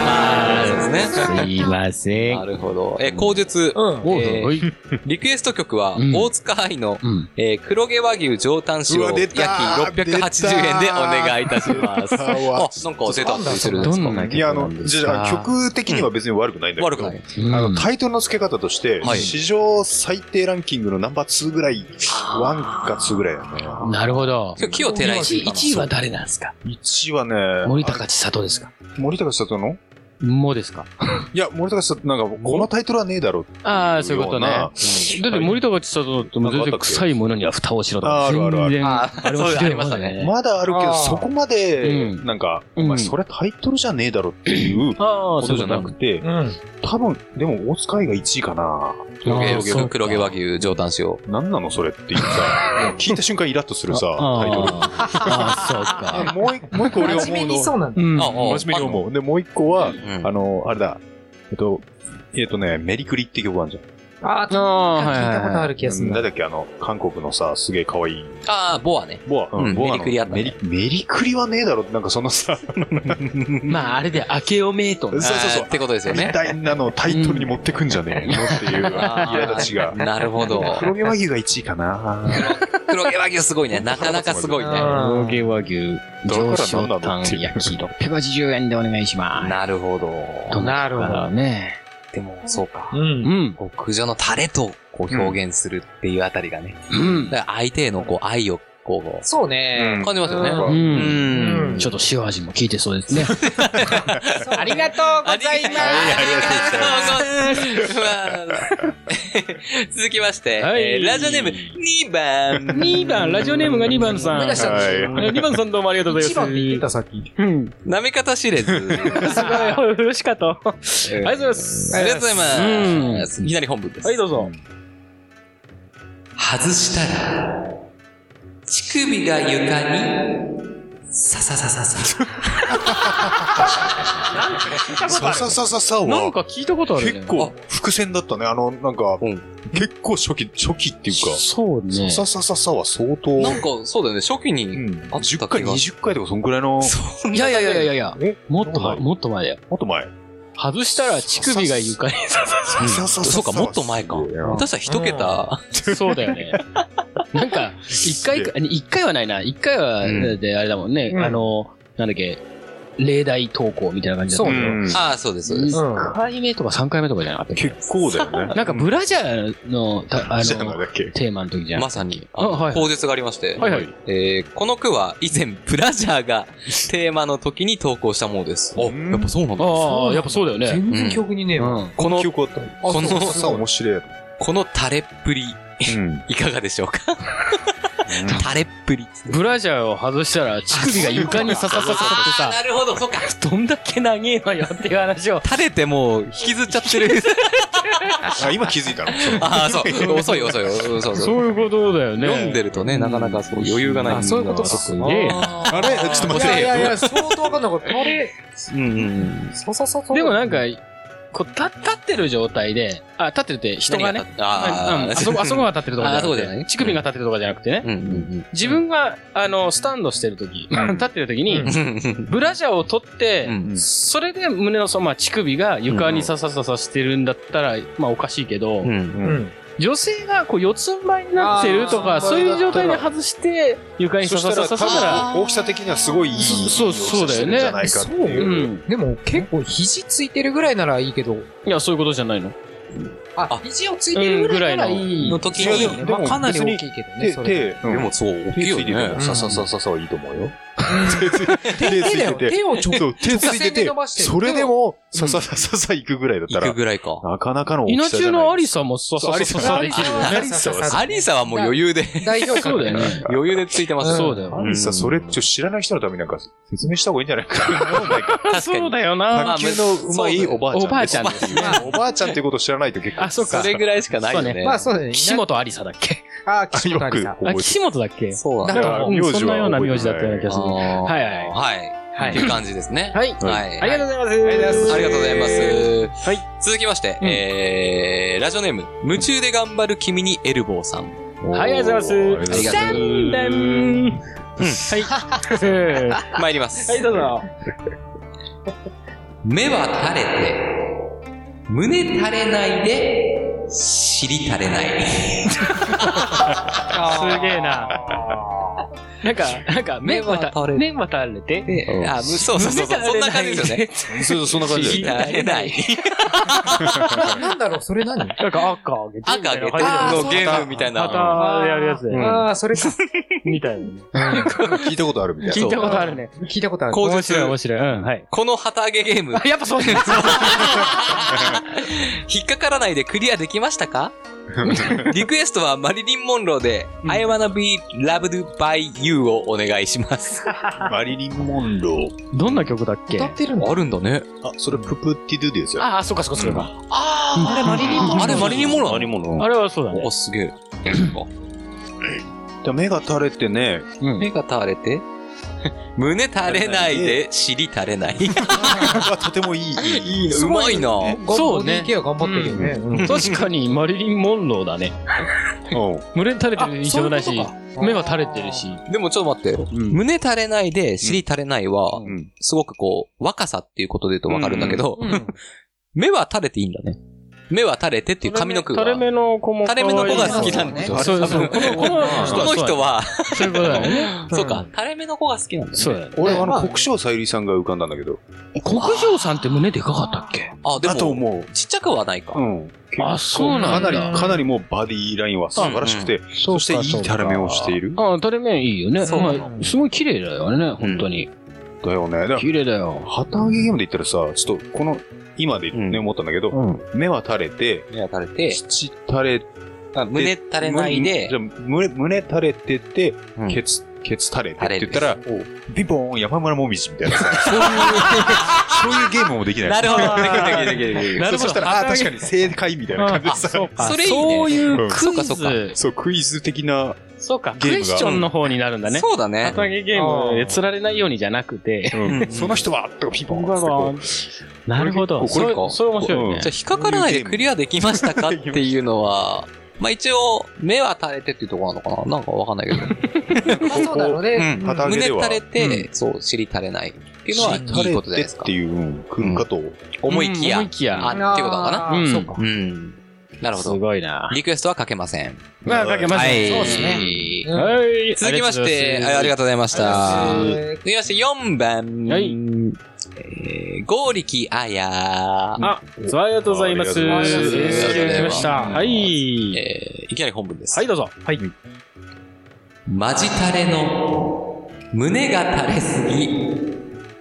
Speaker 4: あーそうですね。
Speaker 2: すいませ。
Speaker 4: なんるほど。え、口述。
Speaker 5: うん。
Speaker 2: おう
Speaker 4: えー
Speaker 2: はい。
Speaker 4: リクエスト曲は
Speaker 2: う、ん
Speaker 4: 大塚愛の、
Speaker 2: うん。
Speaker 4: えー黒毛和牛上タン塩
Speaker 3: うわ出
Speaker 4: 焼き
Speaker 3: た
Speaker 4: 680円でお願いいたし ます。あ、
Speaker 3: わ
Speaker 4: なんか出たってするんで
Speaker 2: ど
Speaker 4: す
Speaker 2: ん
Speaker 4: か
Speaker 2: ない
Speaker 3: や、あの
Speaker 2: 曲なん、です
Speaker 3: じ
Speaker 2: か
Speaker 3: ゃあ、曲的には別に悪くないんだけど。
Speaker 4: 悪くない。
Speaker 2: うん
Speaker 3: あの、タイトルの付け方として
Speaker 4: はい、
Speaker 3: 史上最低ランキングのナンバー2ぐらい、1か2ぐらいだね。
Speaker 2: なるほど。
Speaker 4: 今日、清寺
Speaker 2: 1
Speaker 4: 一
Speaker 2: 位、1位は誰なんですか
Speaker 3: 1はね、
Speaker 2: 森高千里ですか
Speaker 3: 森高千里の
Speaker 2: もですか
Speaker 3: いや、森高千里、なんか、このタイトルはねえだろう。
Speaker 2: ああ、そういうことね。
Speaker 3: よ
Speaker 2: だって森高千里ってもう全然臭いものには蓋をしろとか。
Speaker 3: あるあるある
Speaker 2: 全然
Speaker 4: あーそうありましたね
Speaker 3: うなまだあるけ
Speaker 5: あ
Speaker 3: ど、
Speaker 5: ー
Speaker 3: そこまで、
Speaker 2: うん
Speaker 3: なんか、
Speaker 2: うん
Speaker 3: お前、それタイトルじゃねえだろっていう
Speaker 2: あ
Speaker 3: こ
Speaker 2: あ、そ
Speaker 3: と
Speaker 2: うじ
Speaker 3: じゃ
Speaker 2: ゃ
Speaker 3: な
Speaker 2: な
Speaker 3: く
Speaker 2: く
Speaker 3: て
Speaker 5: う、ん。
Speaker 3: 多分、でも、大塚愛が1位かな。
Speaker 4: 黒毛
Speaker 2: あーそうか
Speaker 4: 和牛、黒毛和牛上タン塩。
Speaker 3: なんなのそれっていうさ、もう聞いた瞬間イラッとするさ、タイトル。
Speaker 2: ああ、
Speaker 3: あもう一もう一個俺が
Speaker 5: 真
Speaker 3: 思う
Speaker 5: 面
Speaker 3: の
Speaker 5: 目に。そうなん だ。
Speaker 2: そう
Speaker 4: あ
Speaker 2: か。
Speaker 4: あ
Speaker 3: 真面目に思う。で、もう一個は、
Speaker 4: うん
Speaker 3: あの、あれだ。えっと、えっとね、メリクリって曲あるじゃん。
Speaker 5: あー、
Speaker 2: ああ、はい
Speaker 5: 聞いたことあ
Speaker 2: は
Speaker 5: る気がす
Speaker 3: う
Speaker 5: る
Speaker 3: ん
Speaker 5: な
Speaker 3: 誰だっけあの、韓国のさ、すげえ可愛い。
Speaker 4: ああ、ボアね。
Speaker 3: ボア、
Speaker 4: うん
Speaker 3: ボアの
Speaker 4: メリクリあったね
Speaker 3: メリメリクリはねえだろって、なんかそのさ、
Speaker 2: い。まあ、あれで、明けおめえとね。
Speaker 3: そうそうそう
Speaker 4: あーってことですよ
Speaker 3: み
Speaker 4: ね。
Speaker 3: たいなのをタイトルに持って くんじゃねえのっていう、
Speaker 4: あー
Speaker 3: 苛立ちが。
Speaker 4: なるほど。
Speaker 3: 黒毛和牛が1位かな
Speaker 4: 黒毛和牛すごいね。なかなかすごいね。
Speaker 2: 農芸和牛、上昇炭焼き680円でお願いします。
Speaker 4: なるほど。
Speaker 2: ど
Speaker 5: なるほど
Speaker 2: だろうね。
Speaker 4: でも、そうか。
Speaker 5: うん
Speaker 2: う。ん。
Speaker 4: 極上のタレとこう表現するっていうあたりがね。
Speaker 2: うん。
Speaker 4: だから相手へのこう愛をこう、
Speaker 5: そうね。
Speaker 4: 感じますよね。
Speaker 2: う。
Speaker 4: うん
Speaker 5: うん
Speaker 2: ちょっと塩味も効いてそうですね。
Speaker 5: ありがとうございます。
Speaker 4: ありがとうございます。続きまして、
Speaker 2: はい
Speaker 4: えーラジオネーム2番。
Speaker 2: 2番、ラジオネームが2番さん。
Speaker 5: 思い出したんですよ
Speaker 3: は
Speaker 2: え2番さんどうもありがとうございます。
Speaker 5: 一番って言ってたさっき。
Speaker 2: うん。
Speaker 4: なめ方知れず。あり
Speaker 2: すごい、嬉しかった。ありがとうございます。
Speaker 4: がとうござい
Speaker 2: うん
Speaker 4: ます。いきなり本文です。
Speaker 2: はい、どうぞ。
Speaker 4: 外したら、乳首が床に、さささささ。
Speaker 3: さささささ
Speaker 2: なん
Speaker 3: は、
Speaker 2: か聞いたことある、ね。
Speaker 3: 結構、伏線だったね。あの、なんか
Speaker 4: うん、
Speaker 3: 結構初期、初期っていうか、
Speaker 2: そうね。
Speaker 3: さささささは相当、
Speaker 4: なんか、そうだよね、初期
Speaker 3: う
Speaker 4: に。
Speaker 3: ん
Speaker 4: あった気
Speaker 3: 10
Speaker 4: が
Speaker 3: 回、20回とかそんくらいの、
Speaker 4: そん
Speaker 2: いやいやいやいやいや、
Speaker 3: え
Speaker 2: もっと
Speaker 3: は
Speaker 2: 前、
Speaker 3: い
Speaker 2: もっと前だよ。
Speaker 3: もっと前。
Speaker 2: 外したら乳首が床に。
Speaker 3: さささ
Speaker 4: そうか、もっと前か。私は一桁。
Speaker 2: そうだよね。なんか、一回か、一回はないな。一回は、
Speaker 4: うん
Speaker 2: で、あれだもんね。
Speaker 5: うん
Speaker 2: あの、なんだっけ、例題投稿みたいな感じだった
Speaker 3: う
Speaker 2: けど。
Speaker 3: ん
Speaker 4: ああ、そうです、そうです。
Speaker 5: う
Speaker 2: 2
Speaker 5: ん
Speaker 2: 回目とか3回目とかじゃなかったっけ
Speaker 3: 結構だよね。
Speaker 2: なんかブラジャーの、たあ
Speaker 3: じゃあなん
Speaker 2: の、
Speaker 3: だっけ
Speaker 2: テーマの時じゃん。
Speaker 4: まさに、
Speaker 2: あはい
Speaker 4: 口述がありまして、
Speaker 2: はいはい。
Speaker 4: えーこの句は以前、ブラジャーがテーマの時に投稿したものです。あ、
Speaker 3: うん
Speaker 4: やっぱそうなんだ。
Speaker 2: ああ、やっぱそうだよね。
Speaker 5: 全然記憶にねえわ。
Speaker 2: うん。
Speaker 4: この
Speaker 3: 記、憶あった。
Speaker 4: こ
Speaker 3: こ
Speaker 4: の
Speaker 3: のささ面白い。
Speaker 4: このタレっぷり、
Speaker 3: うん。
Speaker 4: いかがでしょうかタレっぷり。
Speaker 2: ブラジャーを外したら乳首が床にささささって
Speaker 4: あ
Speaker 2: さ
Speaker 4: ー、 なるほど、そうか。
Speaker 2: どんだけ長えのよっていう話を。
Speaker 4: 垂れてもう引きずっちゃってる。
Speaker 3: あ、今気づいたの
Speaker 4: ああ、そう。遅い遅い。そうそう。
Speaker 2: そういうことだよね。
Speaker 4: 読んでるとね、なかなかそう余裕がない。
Speaker 5: あそういうことか
Speaker 2: すげえな。
Speaker 4: あ
Speaker 3: あれちょっと
Speaker 5: い
Speaker 3: 待っ
Speaker 5: や
Speaker 3: て
Speaker 5: いやいや、相当わかんなかった。あれ
Speaker 4: ーうんうん。
Speaker 5: そうそうそうそう。
Speaker 2: でもなんか、こう、立立ってる状態で、あ、立ってるって人がね、
Speaker 4: 何あ
Speaker 2: うん
Speaker 4: ー
Speaker 2: あそこ、あそこが立ってるとか
Speaker 4: あそうじゃない
Speaker 2: 乳首が立ってるとかじゃなくてね、
Speaker 4: うんうん
Speaker 2: 自分が、あの、スタンドしてる時、
Speaker 3: うん
Speaker 2: 立ってる時に、
Speaker 5: う
Speaker 4: うん。
Speaker 2: ブラジャーを取って、
Speaker 4: うん
Speaker 2: それで胸のその、まあ、乳首が床にささささしてるんだったら、まあおかしいけど、
Speaker 4: うん
Speaker 5: う。ん。
Speaker 2: 女性がこう四つん這いになってるとか、
Speaker 5: あー
Speaker 2: そういう状態で外して、床にさ
Speaker 3: そ
Speaker 2: さ
Speaker 3: し
Speaker 2: さ
Speaker 3: た
Speaker 2: さ
Speaker 3: ら、
Speaker 2: さたら、
Speaker 3: 多分大きさ的にはすごいいい。
Speaker 2: そうそうそうだよね
Speaker 3: じゃないかって
Speaker 2: う
Speaker 3: いう。
Speaker 2: ん。
Speaker 5: でも結構肘ついてるぐらいならいいけど、
Speaker 2: いや、そういうことじゃないの
Speaker 5: あ、肘をついてるぐらいならいい。
Speaker 4: の時
Speaker 3: いや
Speaker 4: に、
Speaker 3: でも
Speaker 5: まあかなり
Speaker 3: 別に
Speaker 5: 大きいけどね、
Speaker 3: 手、
Speaker 5: それ。
Speaker 3: 手、
Speaker 4: でもそう、大き
Speaker 3: 手
Speaker 4: い
Speaker 3: つ
Speaker 4: よ
Speaker 3: いてて
Speaker 4: ね
Speaker 3: も、。
Speaker 5: ん
Speaker 3: さささささはいいと思うよ。
Speaker 5: 手
Speaker 3: 手つい
Speaker 5: だ
Speaker 3: て
Speaker 5: よ。手
Speaker 3: て。
Speaker 5: をちょ
Speaker 3: そう、手ついて
Speaker 5: 直線で
Speaker 3: て
Speaker 5: 伸ば、してる
Speaker 3: それでも、さささささ行くぐらいだっ
Speaker 4: 行
Speaker 3: た
Speaker 4: く
Speaker 3: ら、
Speaker 4: ぐらいか。
Speaker 3: なかなかの大き
Speaker 2: 稲
Speaker 3: さじゃ
Speaker 2: 中
Speaker 3: ない。
Speaker 2: のアリサもさささささできるよね。
Speaker 3: アリサはさ、
Speaker 4: アリサはもう余裕で、
Speaker 5: 代表
Speaker 2: そう
Speaker 5: 格
Speaker 2: だよね。
Speaker 4: 余裕でついてますよ
Speaker 2: そうだよ
Speaker 3: アリサそれ、ちょっと知らない人のためになんか説明した方がいいんじゃないか。
Speaker 4: 確か
Speaker 2: そう
Speaker 4: に。
Speaker 2: だよ
Speaker 4: ま
Speaker 2: な。
Speaker 3: 卓
Speaker 4: あ
Speaker 3: 球の上手いおばあち
Speaker 2: お
Speaker 3: ゃん。
Speaker 2: ばあちゃん
Speaker 3: ですね。おばあちゃんっていうことを知らないと結構。
Speaker 2: あそうか
Speaker 4: それぐらいしかないよね。
Speaker 5: まあそうだよね。
Speaker 2: 岸本アリサだっけ
Speaker 5: あ、岸本あ
Speaker 3: よ
Speaker 5: り
Speaker 3: く
Speaker 5: さん。
Speaker 2: あ、
Speaker 3: 覚えて
Speaker 2: 岸本だっけ
Speaker 4: そうだ
Speaker 2: なん
Speaker 4: ね。
Speaker 2: か、うん
Speaker 3: 名字は
Speaker 2: そんなような名字だったような気がする。は
Speaker 4: はい
Speaker 2: はい。
Speaker 4: はい。
Speaker 2: はい
Speaker 4: っていう感じですね。
Speaker 2: はい。
Speaker 4: はい。
Speaker 2: ありがとうございます。ありが
Speaker 4: ありがとうございま。す。
Speaker 2: はい
Speaker 4: 続きまして、
Speaker 2: うん
Speaker 4: えー、ラジオネーム、夢中で頑張る君にエルボーさん。
Speaker 2: はい、ありがとうございます。
Speaker 4: ありがとう
Speaker 2: 三段うんはい。 は
Speaker 4: 参ります。
Speaker 2: い、どうぞ。
Speaker 4: 目は垂れて、胸垂れないで、尻垂れない。
Speaker 2: すげえな。なんか、 なんか、目はた目は垂れて、
Speaker 4: であ、むそうそうそう、そんな感じです よね。
Speaker 3: そうそうそんな感じ
Speaker 4: 尻
Speaker 3: だよね。
Speaker 4: 垂れない。
Speaker 5: なんだろう、それ何
Speaker 2: なんか赤あげて。
Speaker 4: 赤あげて
Speaker 5: あー
Speaker 4: のゲームみたい
Speaker 2: ま
Speaker 4: な。
Speaker 2: たやるやつだよね
Speaker 5: ああ、それか。
Speaker 2: みたいなね。
Speaker 3: 聞いたことあるみたい
Speaker 2: 聞いたことあるね。
Speaker 5: 聞いたことある。
Speaker 4: 口
Speaker 2: 面白い
Speaker 4: 述
Speaker 2: 面、白い。うん、はい。
Speaker 4: この旗揚げゲーム、
Speaker 2: やっぱそうなんですよ。
Speaker 4: 引っかからないでクリアできました かリクエストはマリリン・モンローで、I wanna be loved by you をお願いします。
Speaker 3: な。マリリン・モンロー。
Speaker 2: どんな曲だっけ
Speaker 5: 歌ってるんだ。
Speaker 4: あるんだね。
Speaker 3: あ、それププティドゥですよ。
Speaker 2: ああ、そうかそうかそうか。
Speaker 4: あれマリリン・モンローあれマリリン・モンローなの
Speaker 2: あれはそうだね
Speaker 4: お、。すげえ。
Speaker 3: 目が垂れて ね、
Speaker 2: うん。
Speaker 4: 目が垂れ て、胸垂れないで、尻垂れない。
Speaker 3: はとてもいい。いい
Speaker 4: すごいな。
Speaker 2: そうね
Speaker 5: ボディケア頑張ってるよね。うん
Speaker 2: 確かにマリリン・モンローだね。胸垂れてる印象もないし、目は垂れてるし。
Speaker 4: でもちょっと待って。
Speaker 2: うん。
Speaker 4: 胸垂れないで、尻垂れないは
Speaker 2: う、
Speaker 3: ん。
Speaker 4: すごくこう、若さっていうことで言うとわかるんだけど、
Speaker 2: うん
Speaker 4: 目は垂れていいんだね。目は垂れてっていう髪の毛が。
Speaker 2: 垂れ目の子も可
Speaker 4: 垂
Speaker 2: 愛
Speaker 4: れ
Speaker 2: い。
Speaker 4: 目の子が好きなんですよ。
Speaker 2: そうそう。このこの人
Speaker 4: この人
Speaker 2: は
Speaker 4: は、
Speaker 2: そうやね。そういうことだよね。
Speaker 4: そうか、垂れ目の子が好きなんだ
Speaker 2: そう
Speaker 4: よ
Speaker 2: だ
Speaker 4: ね。
Speaker 2: よね。
Speaker 3: 俺、あ
Speaker 5: ま
Speaker 3: の、
Speaker 5: あ
Speaker 3: 国生さゆりさんが浮かんだんだけど。
Speaker 2: 国上さんって胸でかかったっけ
Speaker 4: あ、で
Speaker 3: だと
Speaker 4: も、
Speaker 3: 思
Speaker 4: ちっちゃくはないか
Speaker 3: う。う。ん。
Speaker 2: あそうな
Speaker 3: か
Speaker 2: んだ
Speaker 3: なり、かなりもうバディラインは素晴らしくて、
Speaker 2: そ
Speaker 3: そしていい垂れ目をしてい
Speaker 2: る。
Speaker 3: る。
Speaker 2: ああ、垂れ目いいよね。
Speaker 4: そう
Speaker 2: まあすごい綺麗だよね、本当に。
Speaker 3: だよね。だから
Speaker 2: 綺麗だよ。
Speaker 3: 旗揚げゲームで言ったらさ、ちょっとこの、今でね、
Speaker 4: うん
Speaker 3: 思ったんだけど、
Speaker 2: うん。
Speaker 3: 目は垂れて、
Speaker 4: 目は垂れて、
Speaker 3: 乳垂れて、
Speaker 4: あ胸垂れないで
Speaker 3: じゃ、あ胸、胸垂れてて、
Speaker 4: うん
Speaker 3: ケツ、ケツ垂れて
Speaker 4: 垂
Speaker 3: って
Speaker 4: れ
Speaker 3: 言
Speaker 4: て
Speaker 3: ったら、ピンポーン、山村もみじみ たいなさ、そういう、そういうゲームもできない。
Speaker 4: なる ほど。
Speaker 2: なる
Speaker 3: そ
Speaker 2: ほど
Speaker 3: そしたら、ああー、確かに正解みたいな感じで さ、
Speaker 2: そうか。
Speaker 4: それいいね
Speaker 2: そういう
Speaker 4: そ
Speaker 2: ク
Speaker 4: う
Speaker 2: イ
Speaker 4: かそうか
Speaker 2: ズ。
Speaker 3: そう、クイズ的な、
Speaker 2: そうか。ク
Speaker 3: ゲームが
Speaker 2: エスチョンの方になるんだね。
Speaker 4: そうだね。
Speaker 2: 旗揚げゲームで釣られないようにじゃなくて。
Speaker 3: うん
Speaker 4: うん
Speaker 3: その人は、とかピンポーンってこ
Speaker 2: なるほど。
Speaker 4: これ結構これ
Speaker 2: そ
Speaker 4: か
Speaker 2: うそれ面白いね
Speaker 4: じゃあ、。引っかからないでクリアできましたかっていうのは、まあ一応、目は垂れてっていうところなのかななんかわかんないけど。
Speaker 5: そうだろうね。
Speaker 4: うん
Speaker 3: 旗揚げ
Speaker 4: 胸
Speaker 3: では
Speaker 4: 垂れて、そう、尻垂れないっていうのは、い
Speaker 5: 尻
Speaker 3: う
Speaker 4: いことじ
Speaker 3: 垂れ
Speaker 4: ゃないで
Speaker 3: て
Speaker 4: す
Speaker 3: っ
Speaker 4: か
Speaker 3: て。いう、うん、来るかと。
Speaker 4: 思いき
Speaker 2: うん
Speaker 4: や
Speaker 2: 思い。きや。
Speaker 4: あっていうことかな
Speaker 5: あー
Speaker 2: うん
Speaker 5: そうか。
Speaker 4: うん。なるほ
Speaker 2: す
Speaker 4: ど。
Speaker 2: ごいな。
Speaker 4: リクエストはかけません。
Speaker 2: まあ、かけまし
Speaker 4: は
Speaker 2: た
Speaker 4: い。
Speaker 5: そうですねうん
Speaker 2: はい。
Speaker 4: 続きまして、
Speaker 2: あ
Speaker 4: ああ
Speaker 2: りが
Speaker 4: りがとうございました。
Speaker 2: ありがとうございま
Speaker 5: えー
Speaker 4: 続きまして、4番。
Speaker 2: はい
Speaker 4: えー、剛力あや。
Speaker 2: とうございます。あ、ありがとうございます。
Speaker 3: ありがとうございます
Speaker 2: 来ました。はい。
Speaker 4: えー、いきなり本文です。
Speaker 2: はい、どうぞ。はい。
Speaker 4: マジタレの胸が垂れすぎ、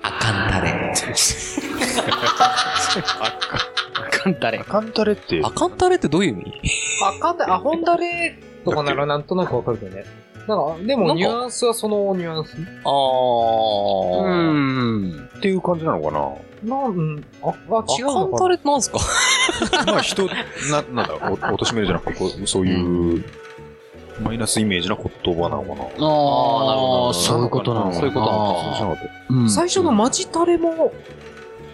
Speaker 4: あかんタレ。
Speaker 2: カンタレ。
Speaker 3: カンタレって、
Speaker 4: あかんタレってどういう意味
Speaker 5: あかんだ、あ、ほんだれとかならなんとなくわかるけどね。なんか、で
Speaker 4: な
Speaker 5: も
Speaker 4: んか
Speaker 5: ニュアンスはそのニュアンス。
Speaker 4: あー。
Speaker 2: ん。
Speaker 3: っていう感じなのかな
Speaker 5: なん、うんあ、あ、違う
Speaker 4: あか
Speaker 5: の
Speaker 4: んタ
Speaker 5: かな
Speaker 4: レってなんすか
Speaker 3: まあ人、な、なんだ、お、貶としめるじゃなくて、こうそういう、マイナスイメージな言葉なのかな
Speaker 2: ああ、な
Speaker 4: な
Speaker 2: る
Speaker 4: るほ
Speaker 2: ほど。
Speaker 4: ど
Speaker 2: そういうことなのかな。
Speaker 4: そういうことなの
Speaker 3: そうじゃなかっ
Speaker 2: うん
Speaker 5: 最初のマジタレも、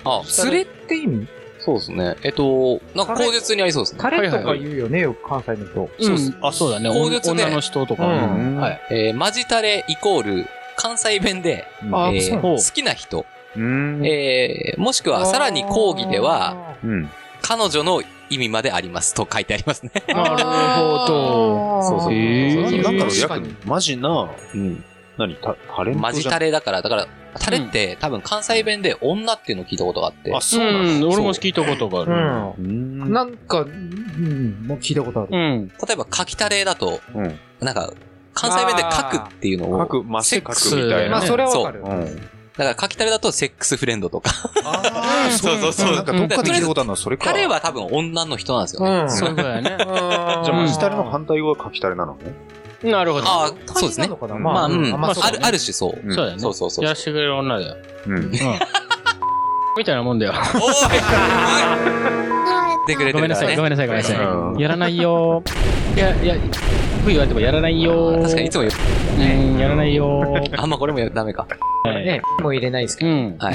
Speaker 4: あ、
Speaker 5: ス
Speaker 4: す
Speaker 5: レ
Speaker 4: れ、
Speaker 5: って意味
Speaker 4: そうですね。えっと、なんか口実にありそうですね。
Speaker 5: タレとか言うよね、よく関西の人。
Speaker 2: うん
Speaker 4: そうっす
Speaker 2: あ、そうだね。
Speaker 4: 口述で
Speaker 2: 女の人とか。
Speaker 5: うん
Speaker 2: うんはい。
Speaker 4: えー、マジタレイコール、関西弁で、え
Speaker 5: あ
Speaker 4: ー
Speaker 5: そう
Speaker 2: ほう
Speaker 4: 好きな人、
Speaker 3: たうん
Speaker 4: えー、もしくはさらに講義では、、
Speaker 3: うん。
Speaker 4: 彼女の意味までありますと書いてありますね。
Speaker 2: なるほど。
Speaker 5: あー
Speaker 3: そうそう。
Speaker 2: へー
Speaker 3: なんだろう、
Speaker 5: 確か
Speaker 3: 約
Speaker 5: に、
Speaker 3: マジな、
Speaker 4: うん。
Speaker 3: 何、たタレントじゃん
Speaker 4: マジタレだから、だから、タレって、多分関西弁で女っていうのを聞いたことがあって。
Speaker 3: あ、そうなんだ。
Speaker 2: 俺も聞いたことがあ
Speaker 5: う
Speaker 3: うん
Speaker 5: ん。なんか、うん、もう聞いたことあ
Speaker 2: る。う
Speaker 5: る。
Speaker 2: ん。
Speaker 4: 例えば、書きタレだと、
Speaker 3: うん
Speaker 4: なんか、関西弁で書くっていうのを、
Speaker 3: 書く、まあ、せ
Speaker 4: セッ
Speaker 3: っ
Speaker 4: ク
Speaker 3: か
Speaker 4: ス
Speaker 3: くみたい
Speaker 5: ま
Speaker 3: な
Speaker 5: あ、
Speaker 3: ね。
Speaker 5: それはわかる。
Speaker 3: うん。
Speaker 4: だから書きタレだとセックスフレンドとか。
Speaker 3: あー
Speaker 4: そうそうそう
Speaker 3: なんかどっかで聞いたことあるのはそれか。
Speaker 4: タレ
Speaker 3: じ
Speaker 4: は多分女の人なんですよね。
Speaker 5: うん
Speaker 2: そういうことだよ ね。
Speaker 5: ゃ
Speaker 3: ゃあ、マジタレの反対語は書きタレなのね。
Speaker 2: なるほど。
Speaker 4: ああ、
Speaker 5: 対
Speaker 4: そうですね
Speaker 5: なの。かな
Speaker 3: うん
Speaker 5: ま
Speaker 4: ま
Speaker 5: あ、
Speaker 4: あ、うん。
Speaker 5: あ
Speaker 4: ま
Speaker 5: ま
Speaker 4: あ
Speaker 5: あ、そう
Speaker 4: あ
Speaker 5: だね
Speaker 4: る、ある種そう。
Speaker 3: うん
Speaker 2: そうだよね。
Speaker 4: そうそうそう
Speaker 2: やらしてくれる女だよ。
Speaker 3: うん。
Speaker 2: うん。みたいなもんだよ。
Speaker 4: おいってくれ
Speaker 2: ごめん
Speaker 4: てる
Speaker 2: な
Speaker 4: か
Speaker 2: さ
Speaker 4: ら
Speaker 2: い、ご
Speaker 4: ね。
Speaker 2: めんなさい、ごめんなさ
Speaker 3: うん
Speaker 2: い。やらないよー。いや、いや、ふ言われてもやらないよー。
Speaker 4: 確かにいつも言う。
Speaker 2: うん、やらないよー。
Speaker 4: あんまあこれもダメか。
Speaker 2: はい
Speaker 5: ね、もう入れないですけ
Speaker 2: う
Speaker 5: ど。
Speaker 2: ん。
Speaker 4: はい。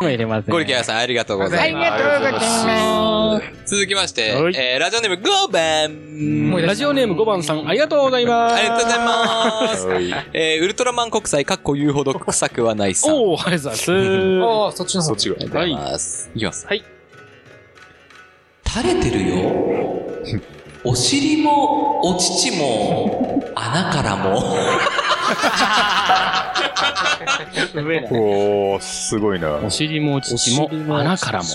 Speaker 2: 今入れません。
Speaker 4: ゴリキャヤさん、ありがとうございます。
Speaker 3: ありがとうございます。
Speaker 4: 続きまして、
Speaker 2: はい
Speaker 4: えー、ラジオネーム5番。
Speaker 5: もう
Speaker 2: ラジオネーム5番さん、ありがとうございます。
Speaker 4: ありがとうございます。
Speaker 3: はい
Speaker 4: えー、ウルトラマン国際、かっこ言うほど臭くはないさん。
Speaker 2: おー、ありがとうございます。は
Speaker 5: ああ、そっちの
Speaker 3: そ
Speaker 5: 方
Speaker 3: っ。ちが。
Speaker 4: ありがとうございます。いきます。
Speaker 2: はい。
Speaker 4: 垂れてるよ。お尻も、お乳も、穴からも。
Speaker 3: おー、すごいな。
Speaker 2: お尻もお乳
Speaker 4: お尻
Speaker 2: も
Speaker 4: も
Speaker 2: 穴からも。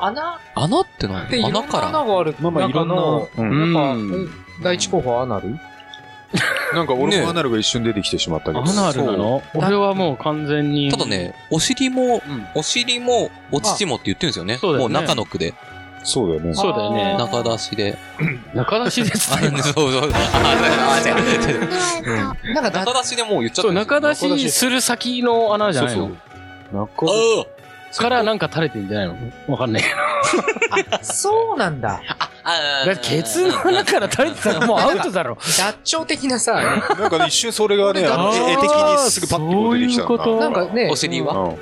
Speaker 5: 穴っ
Speaker 4: 穴って何
Speaker 5: ていろんな
Speaker 4: 穴
Speaker 5: 穴
Speaker 4: か
Speaker 5: がある。
Speaker 3: まあまあ、いろん
Speaker 5: 中
Speaker 3: な、うん
Speaker 5: の。な
Speaker 2: うんん
Speaker 5: かうん、第一候補はアナル
Speaker 3: なんか俺
Speaker 4: ね
Speaker 3: もアナルが一瞬出てきてしまったけど。
Speaker 2: 穴あるなの俺はもう完全に。
Speaker 4: ら。ただ。ね、お尻も、
Speaker 2: うん。
Speaker 4: お尻も、お乳もって言ってるんですよね。
Speaker 2: あそうだ
Speaker 4: も
Speaker 2: よ
Speaker 4: う
Speaker 2: ね
Speaker 4: 中の句で。
Speaker 3: そうだよね。
Speaker 2: そうだよね
Speaker 5: あー
Speaker 4: 中出しで。
Speaker 2: 中出しです
Speaker 4: あ、
Speaker 2: ね。
Speaker 4: そうそう。あ、違う違う違う違う。
Speaker 5: なんかだ、
Speaker 4: 中出しでもう言っち
Speaker 2: そ
Speaker 4: ゃった
Speaker 2: う、
Speaker 4: んですよ。
Speaker 2: 中出しする先の穴じゃない
Speaker 4: そう
Speaker 2: の
Speaker 3: 中
Speaker 4: あー
Speaker 2: からなんか垂れてんじゃないのわかんないけ
Speaker 5: そうなんだ。
Speaker 4: あー。
Speaker 2: ど。だってケツの穴から垂れてたらも うアウトだろ。
Speaker 5: 脱腸的なさ、
Speaker 3: なんかね一瞬それがね、あの絵的にすぐパッてこう出てきたんだ
Speaker 2: そういうこ
Speaker 5: なんかね、
Speaker 4: お尻は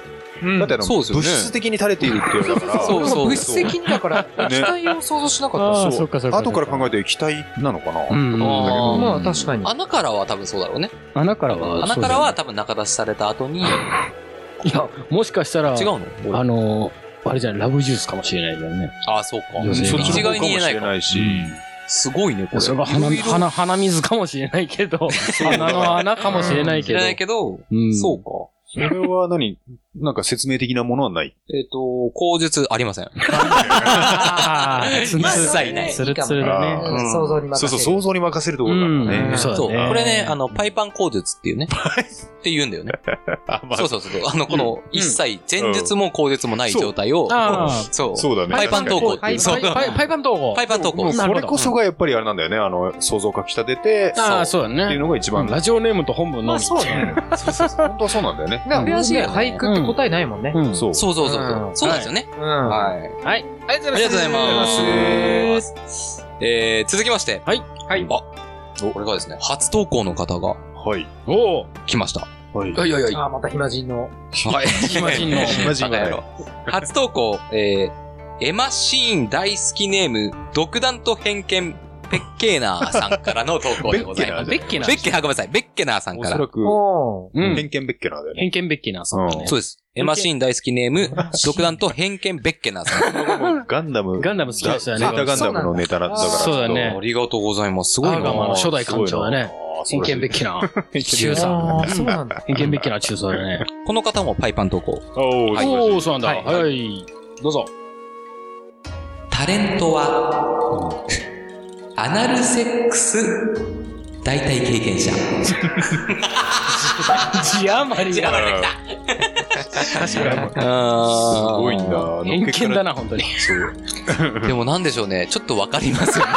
Speaker 3: うんだってあの、
Speaker 4: そうですよね
Speaker 3: 物質的に垂れているっていうから、
Speaker 4: そうそう
Speaker 5: 物質的にだから、液体を想像しなかった
Speaker 2: あ
Speaker 5: で
Speaker 2: ー
Speaker 5: す。
Speaker 2: そっかそっか。
Speaker 3: 後から考えて液体なのかな、
Speaker 2: うん
Speaker 4: あー
Speaker 5: まあ確かに。
Speaker 4: 穴からは多分そうだろうね。
Speaker 2: 穴からは。
Speaker 4: 穴からは多分中出しされた後に、違う
Speaker 2: そうだよね。いや、もしかしたら、
Speaker 4: の
Speaker 2: あの、あれじゃない、ラブジュースかもしれないんだよね。
Speaker 4: ああ、そうか。
Speaker 2: 女性が
Speaker 3: そっち
Speaker 4: 一
Speaker 3: の
Speaker 4: 概
Speaker 3: 方
Speaker 4: に
Speaker 3: か
Speaker 4: 言
Speaker 3: も
Speaker 4: えな
Speaker 3: し
Speaker 4: い
Speaker 3: れな
Speaker 4: か。
Speaker 3: いし、
Speaker 4: すごいね、これ。
Speaker 2: それが鼻、
Speaker 4: いろいろ
Speaker 2: 鼻、鼻水かもしれないけど、鼻の穴かもしれない
Speaker 4: 知
Speaker 2: けど
Speaker 4: ら。ないけど、
Speaker 2: うん
Speaker 4: そうか。
Speaker 3: それは何なんか説明的なものはない。
Speaker 4: えっ、と、口述ありません。
Speaker 2: あーつる
Speaker 4: 一
Speaker 2: つる
Speaker 4: 切ない
Speaker 2: つるつるだね。
Speaker 3: あー
Speaker 5: うん想像に任
Speaker 3: そ
Speaker 5: せ
Speaker 3: う
Speaker 5: る。
Speaker 3: そう、想像に任せるところだから
Speaker 2: う
Speaker 3: ね
Speaker 2: ん。そうだね
Speaker 4: そう。これね、あの、パイパン口述っていうね。って言うんだよね。
Speaker 3: あ まあ
Speaker 4: そうそうそう。あの、この、一切、前述も後述もない状態を、
Speaker 2: あ
Speaker 4: そう。
Speaker 3: そうだね。
Speaker 4: パイパン投稿
Speaker 2: パイ
Speaker 4: そう
Speaker 2: パイパイパン投稿
Speaker 4: パイパン投
Speaker 3: も
Speaker 4: 稿
Speaker 3: う。それこそがやっぱりあれなんだよね。あの、想像をかき立てて、
Speaker 2: ああ、そうだ
Speaker 3: っていう
Speaker 2: ね。
Speaker 3: のが一番。
Speaker 2: ラジオネームと本文のみ。
Speaker 5: そうね。
Speaker 3: そうそうそう本当はそうなんだよね。
Speaker 5: でも悔しいけど俳句って答えないもんね。
Speaker 2: うん
Speaker 3: そう。
Speaker 4: そうそうそうそう
Speaker 5: う。ん
Speaker 4: そうなんですよね。
Speaker 5: うん。は
Speaker 4: はい。
Speaker 2: はい。ありがとう
Speaker 4: ありがとうございます。えー、続きまして。
Speaker 2: はい。
Speaker 4: はい。あ、これがですね、初投稿の方が
Speaker 3: はい。
Speaker 2: おお
Speaker 4: 来ました。
Speaker 3: はい。
Speaker 2: いやいや
Speaker 5: あー、また暇人の。
Speaker 4: はい。
Speaker 2: 暇人の
Speaker 3: 暇人がね
Speaker 4: バカ野郎初投稿、えー、エマシーン大好きネーム、独断と偏見、ペッケーナーさんからの投稿でございます。
Speaker 2: ベッキーな
Speaker 4: ベッケーナー、ごめんなさい。ベッケーナーさん
Speaker 3: お
Speaker 4: か
Speaker 3: そ
Speaker 4: ら
Speaker 3: ら。く、
Speaker 5: お
Speaker 2: う
Speaker 5: ー
Speaker 3: 偏
Speaker 2: ん。
Speaker 3: 見ベッケラーだよね。
Speaker 2: 偏見ベッキーな、そうだね。
Speaker 4: そうです。エマシーン大好きネーム、独断と偏見、ベッケーナーさん。
Speaker 3: ガンダム。
Speaker 2: ガンダム好きでしたよ
Speaker 3: ゼータ
Speaker 2: ね。
Speaker 3: ガンダムのネタだだから。
Speaker 2: そうだね
Speaker 4: ありがとうございます。すごい
Speaker 2: アーガマ
Speaker 4: な
Speaker 2: の。初代艦長だね。
Speaker 3: す
Speaker 2: 偏
Speaker 3: ごいな。
Speaker 2: 見ベッキーな。
Speaker 3: 中
Speaker 2: 中
Speaker 5: あ
Speaker 2: 佐。
Speaker 5: ーそうなんだ。
Speaker 2: 偏見ベッキーな中佐だね。
Speaker 4: この方もパイパン投稿。
Speaker 3: おー、素晴らしい
Speaker 2: おおそうなんだ。
Speaker 4: はい
Speaker 2: はい。どうぞ。
Speaker 4: タレントは、アナルセックス、大体経験者。
Speaker 2: 字余り
Speaker 4: 違う
Speaker 2: が。
Speaker 4: 来
Speaker 2: 確
Speaker 4: た。す
Speaker 3: すごいんだ。
Speaker 2: 偏見だな、本当に。
Speaker 3: そう。
Speaker 4: でもなんでしょうね。ちょっとわかりますよ ね。